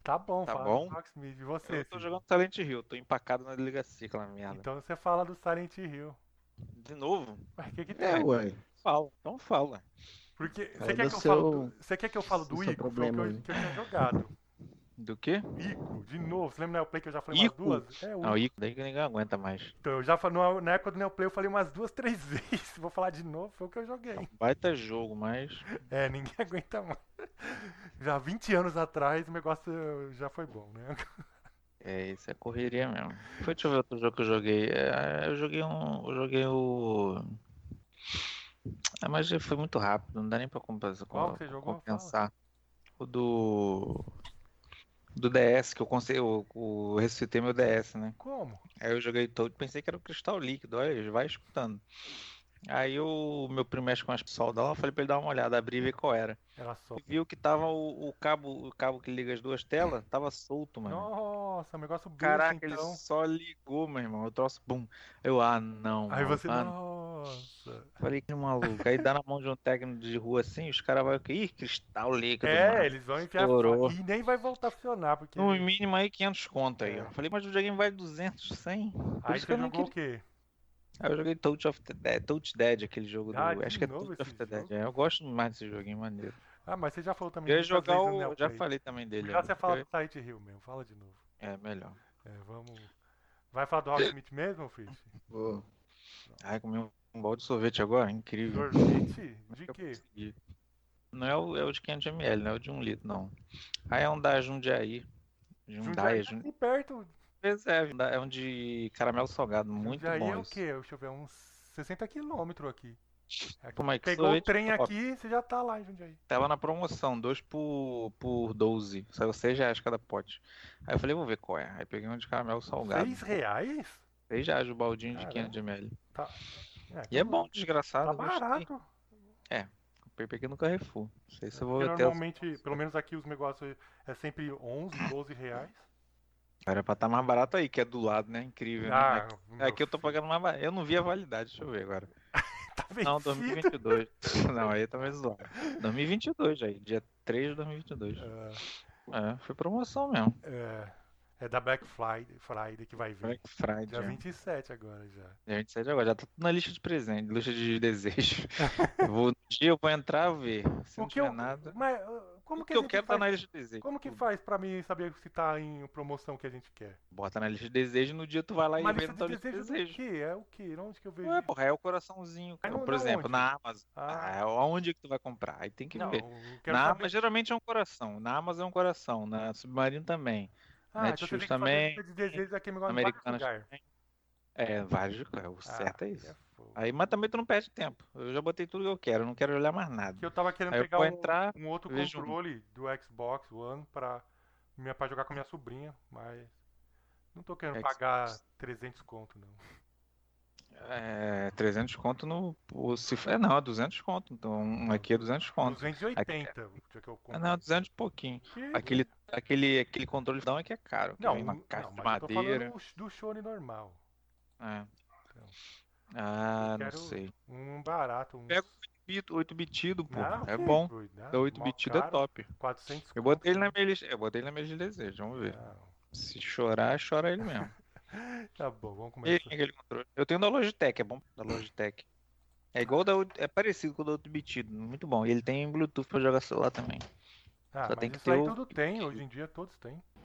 [SPEAKER 2] Tá bom,
[SPEAKER 3] Tá
[SPEAKER 2] fala
[SPEAKER 3] bom?
[SPEAKER 2] do Rocksmith. E
[SPEAKER 3] coisa?
[SPEAKER 2] você?
[SPEAKER 3] Eu tô
[SPEAKER 2] Fih?
[SPEAKER 3] jogando Silent Hill, tô empacado na delegacia, aquela merda.
[SPEAKER 2] Então você fala do Silent Hill.
[SPEAKER 3] De novo?
[SPEAKER 2] Mas que que tem?
[SPEAKER 6] É, ué.
[SPEAKER 3] Fala. Então fala.
[SPEAKER 2] Porque
[SPEAKER 6] Fala
[SPEAKER 2] você quer,
[SPEAKER 6] do
[SPEAKER 2] que eu falo
[SPEAKER 6] seu-
[SPEAKER 2] do- você quer que eu falo do
[SPEAKER 6] do seu
[SPEAKER 2] Ico? Foi o que
[SPEAKER 6] problema,
[SPEAKER 2] eu,
[SPEAKER 6] né?
[SPEAKER 2] que eu tinha jogado.
[SPEAKER 3] Do quê?
[SPEAKER 2] Ico, de novo. Você lembra do Neoplay que eu já falei umas
[SPEAKER 3] Ico?
[SPEAKER 2] duas? É, o
[SPEAKER 3] Não, Ico, daí que ninguém aguenta mais.
[SPEAKER 2] Então, eu já falei, na- na época do Neoplay eu falei umas duas, <laughs> três vezes. Vou falar de novo, foi o que eu
[SPEAKER 3] É um
[SPEAKER 2] joguei.
[SPEAKER 3] baita jogo, mas.
[SPEAKER 2] É, ninguém <laughs> aguenta mais. Já 20 anos atrás o negócio já foi bom, né? <laughs>
[SPEAKER 3] É, isso é correria mesmo. Foi, deixa eu ver outro jogo que eu joguei. É, eu joguei um. Eu joguei o. Ah, mas já foi muito rápido, não dá nem pra compensa-
[SPEAKER 2] Qual
[SPEAKER 3] com-
[SPEAKER 2] que você jogou?
[SPEAKER 3] compensar. O do. Do DS, que eu consegui. Eu, eu ressuscitei meu DS, né?
[SPEAKER 2] Como?
[SPEAKER 3] Aí eu joguei todo, pensei que era o cristal líquido, olha, vai escutando. Aí o meu primo mexe com as pessoal da lá, eu falei pra ele dar uma olhada, abrir e ver qual era.
[SPEAKER 2] Era só.
[SPEAKER 3] E viu que tava o, o cabo, o cabo que liga as duas telas, tava solto, mano.
[SPEAKER 2] Nossa, um negócio bruto,
[SPEAKER 3] Caraca,
[SPEAKER 2] então.
[SPEAKER 3] ele só ligou, meu irmão. Eu troço, bum. Eu, ah, não.
[SPEAKER 2] Aí
[SPEAKER 3] mano,
[SPEAKER 2] você,
[SPEAKER 3] ah,
[SPEAKER 2] nossa.
[SPEAKER 3] Falei que maluco. Aí dá na mão de um técnico de rua assim, os caras vão. Ih, cristal líquido. mano.
[SPEAKER 2] É, eles vão enfiar
[SPEAKER 3] Estourou.
[SPEAKER 2] e nem vai voltar a funcionar, porque...
[SPEAKER 3] No mínimo aí 500 conto aí.
[SPEAKER 2] É.
[SPEAKER 3] ó. Falei, mas o videogame vai 200, 100. Por
[SPEAKER 2] Aí
[SPEAKER 3] isso que eu
[SPEAKER 2] você
[SPEAKER 3] não
[SPEAKER 2] jogou o
[SPEAKER 3] queria.
[SPEAKER 2] quê?
[SPEAKER 3] Aí eu joguei Touch of the Dead, Touch Dead aquele jogo
[SPEAKER 2] Ah,
[SPEAKER 3] do.
[SPEAKER 2] de
[SPEAKER 3] Acho que é
[SPEAKER 2] novo
[SPEAKER 3] Touch of
[SPEAKER 2] esse
[SPEAKER 3] the Dead.
[SPEAKER 2] jogo?
[SPEAKER 3] é. eu gosto mais desse joguinho, maneiro.
[SPEAKER 2] Ah, mas você já falou também.
[SPEAKER 3] Eu ia
[SPEAKER 2] muitas
[SPEAKER 3] jogar
[SPEAKER 2] vezes no
[SPEAKER 3] o. eu Já
[SPEAKER 2] Neoplay.
[SPEAKER 3] falei também dele.
[SPEAKER 2] Melhor
[SPEAKER 3] ó,
[SPEAKER 2] você falar
[SPEAKER 3] porque-
[SPEAKER 2] do Silent Hill mesmo, fala de novo.
[SPEAKER 3] É, melhor.
[SPEAKER 2] É, vamos... Vai falar do Rocksmith mesmo, Fish?
[SPEAKER 6] Pô,
[SPEAKER 3] Ai, comi um um balde de sorvete agora, incrível.
[SPEAKER 2] Dormite? De
[SPEAKER 3] Eu
[SPEAKER 2] quê?
[SPEAKER 3] consegui. Não é o, é o de 500ml, não é o de 1 litro, não. Aí é um da Jundiaí. Jundiaí,
[SPEAKER 2] Jundiaí tá
[SPEAKER 3] Jundiaí.
[SPEAKER 2] aqui perto.
[SPEAKER 3] É, é um de caramelo salgado, muito
[SPEAKER 2] Jundiaí
[SPEAKER 3] bom
[SPEAKER 2] é o
[SPEAKER 3] esse.
[SPEAKER 2] quê? Deixa eu ver, uns 60 quilômetros aqui. É que
[SPEAKER 3] Pô, mas que
[SPEAKER 2] Pegou o
[SPEAKER 3] sorvete
[SPEAKER 2] trem
[SPEAKER 3] top.
[SPEAKER 2] aqui, você já tá lá em Jundiaí.
[SPEAKER 3] Tava na promoção, 2 por, por 12. Saiu 6 reais cada pote. Aí eu falei, vou ver qual é. Aí peguei um de caramelo salgado.
[SPEAKER 2] 6 reais?
[SPEAKER 3] 6 reais o baldinho de
[SPEAKER 2] Caramba.
[SPEAKER 3] 500ml.
[SPEAKER 2] É,
[SPEAKER 3] E é bom, desgraçado.
[SPEAKER 2] Tá
[SPEAKER 3] gostei.
[SPEAKER 2] barato.
[SPEAKER 3] Comprei peguei no Carrefour. Não sei se eu vou
[SPEAKER 2] Porque
[SPEAKER 3] até. o-
[SPEAKER 2] normalmente, pelo menos aqui os negócios é sempre 11, 12 reais.
[SPEAKER 3] Era pra estar mais barato aí, que é do lado, né? Incrível. né?
[SPEAKER 2] Ah,
[SPEAKER 3] É Aqui eu tô pagando mais barato. Eu não vi a validade, deixa eu ver agora.
[SPEAKER 2] tá
[SPEAKER 3] Não,
[SPEAKER 2] vencido.
[SPEAKER 3] 2022. <laughs> Não, aí tá meio zoado. 2022 aí, dia 3 de 2022. É, foi promoção mesmo.
[SPEAKER 2] É, é, é da Black Friday, Friday que vai vir.
[SPEAKER 3] Black Friday.
[SPEAKER 2] Dia
[SPEAKER 3] é.
[SPEAKER 2] 27 agora já.
[SPEAKER 3] Dia 27 agora, já tá tudo na lista de presente, lista de desejos.
[SPEAKER 2] <laughs>
[SPEAKER 3] Eu vou, um dia eu vou entrar ver. Se não
[SPEAKER 2] o que
[SPEAKER 3] tiver
[SPEAKER 2] eu,
[SPEAKER 3] nada.
[SPEAKER 2] Mas uh, como
[SPEAKER 3] o
[SPEAKER 2] que,
[SPEAKER 3] que,
[SPEAKER 2] a
[SPEAKER 3] eu
[SPEAKER 2] gente
[SPEAKER 3] quero tá
[SPEAKER 2] faz,
[SPEAKER 3] na lista de desejos.
[SPEAKER 2] Como que faz pra mim saber se tá em promoção que a gente quer?
[SPEAKER 3] Bota na lista de desejos no dia tu vai lá
[SPEAKER 2] Mas
[SPEAKER 3] e vê
[SPEAKER 2] lista
[SPEAKER 3] na tua
[SPEAKER 2] de
[SPEAKER 3] lista de
[SPEAKER 2] desejo do
[SPEAKER 3] desejos.
[SPEAKER 2] quê? É o quê? Onde que eu vejo?
[SPEAKER 3] Ué,
[SPEAKER 2] isso?
[SPEAKER 3] porra, é o coraçãozinho. cara.
[SPEAKER 2] Mas não-
[SPEAKER 3] Por
[SPEAKER 2] não
[SPEAKER 3] exemplo,
[SPEAKER 2] onde?
[SPEAKER 3] na Amazon.
[SPEAKER 2] Ah.
[SPEAKER 3] Ah, é onde que tu vai comprar? Aí tem que
[SPEAKER 2] Não,
[SPEAKER 3] ver.
[SPEAKER 2] eu quero
[SPEAKER 3] Na,
[SPEAKER 2] saber-
[SPEAKER 3] mas geralmente é um coração. Na Amazon é um coração. Na Submarino também.
[SPEAKER 2] Ah, então
[SPEAKER 3] Netshoes
[SPEAKER 2] você tem que
[SPEAKER 3] também,
[SPEAKER 2] fazer lista de desejos aqui igual no
[SPEAKER 3] Americanas
[SPEAKER 2] lugar.
[SPEAKER 3] também. É, vários. é,
[SPEAKER 2] Ah,
[SPEAKER 3] O certo é isso.
[SPEAKER 2] Aí...
[SPEAKER 3] Aí, mas também tu não perde tempo. Eu já botei tudo que eu quero. Eu não quero olhar mais nada.
[SPEAKER 2] Que eu tava querendo
[SPEAKER 3] Aí eu
[SPEAKER 2] pegar
[SPEAKER 3] vou
[SPEAKER 2] um,
[SPEAKER 3] entrar,
[SPEAKER 2] um outro
[SPEAKER 3] vejo um.
[SPEAKER 2] controle do Xbox One pra, minha, pra jogar com minha sobrinha, mas Não tô querendo
[SPEAKER 7] É que-
[SPEAKER 2] pagar 300 conto, não.
[SPEAKER 7] É, 300 conto no. o- Se, é, não, é 200 conto. Então, um aqui é 200 conto.
[SPEAKER 2] 280, o que eu
[SPEAKER 7] Ah,
[SPEAKER 2] comprei.
[SPEAKER 7] não, 200 e pouquinho.
[SPEAKER 2] Que-
[SPEAKER 7] Aquele, aquele, aquele controle down é que é caro. que
[SPEAKER 2] Não,
[SPEAKER 7] vem uma
[SPEAKER 2] não,
[SPEAKER 7] caixa de
[SPEAKER 2] mas eu tô falando um
[SPEAKER 7] madeira.
[SPEAKER 2] do- do Shone normal.
[SPEAKER 7] É.
[SPEAKER 2] Então,
[SPEAKER 7] Ah,
[SPEAKER 2] eu
[SPEAKER 7] não
[SPEAKER 2] quero-
[SPEAKER 7] sei.
[SPEAKER 2] Um barato, um.
[SPEAKER 7] Pega 8 bitido, pô.
[SPEAKER 2] Ah,
[SPEAKER 7] é
[SPEAKER 2] ok,
[SPEAKER 7] bom.
[SPEAKER 2] Bruno, né?
[SPEAKER 7] Da 8
[SPEAKER 2] Mó
[SPEAKER 7] bitido é
[SPEAKER 2] caro,
[SPEAKER 7] top.
[SPEAKER 2] 400
[SPEAKER 7] Eu botei ele na minha lista. Eu botei ele na minha lista de desejo, vamos ver.
[SPEAKER 2] Ah,
[SPEAKER 7] Se chorar, chora ele mesmo.
[SPEAKER 2] Tá bom, vamos
[SPEAKER 7] Ele
[SPEAKER 2] começar.
[SPEAKER 7] tem aquele controle. Eu tenho da Logitech, é bom da Logitech. É igual da, é parecido com o da outro bitido, muito bom. E ele tem Bluetooth pra jogar celular também.
[SPEAKER 2] Ah,
[SPEAKER 7] só
[SPEAKER 2] mas
[SPEAKER 7] tem que
[SPEAKER 2] isso
[SPEAKER 7] ter
[SPEAKER 2] aí
[SPEAKER 7] o-
[SPEAKER 2] tudo tem, hoje em dia todos têm.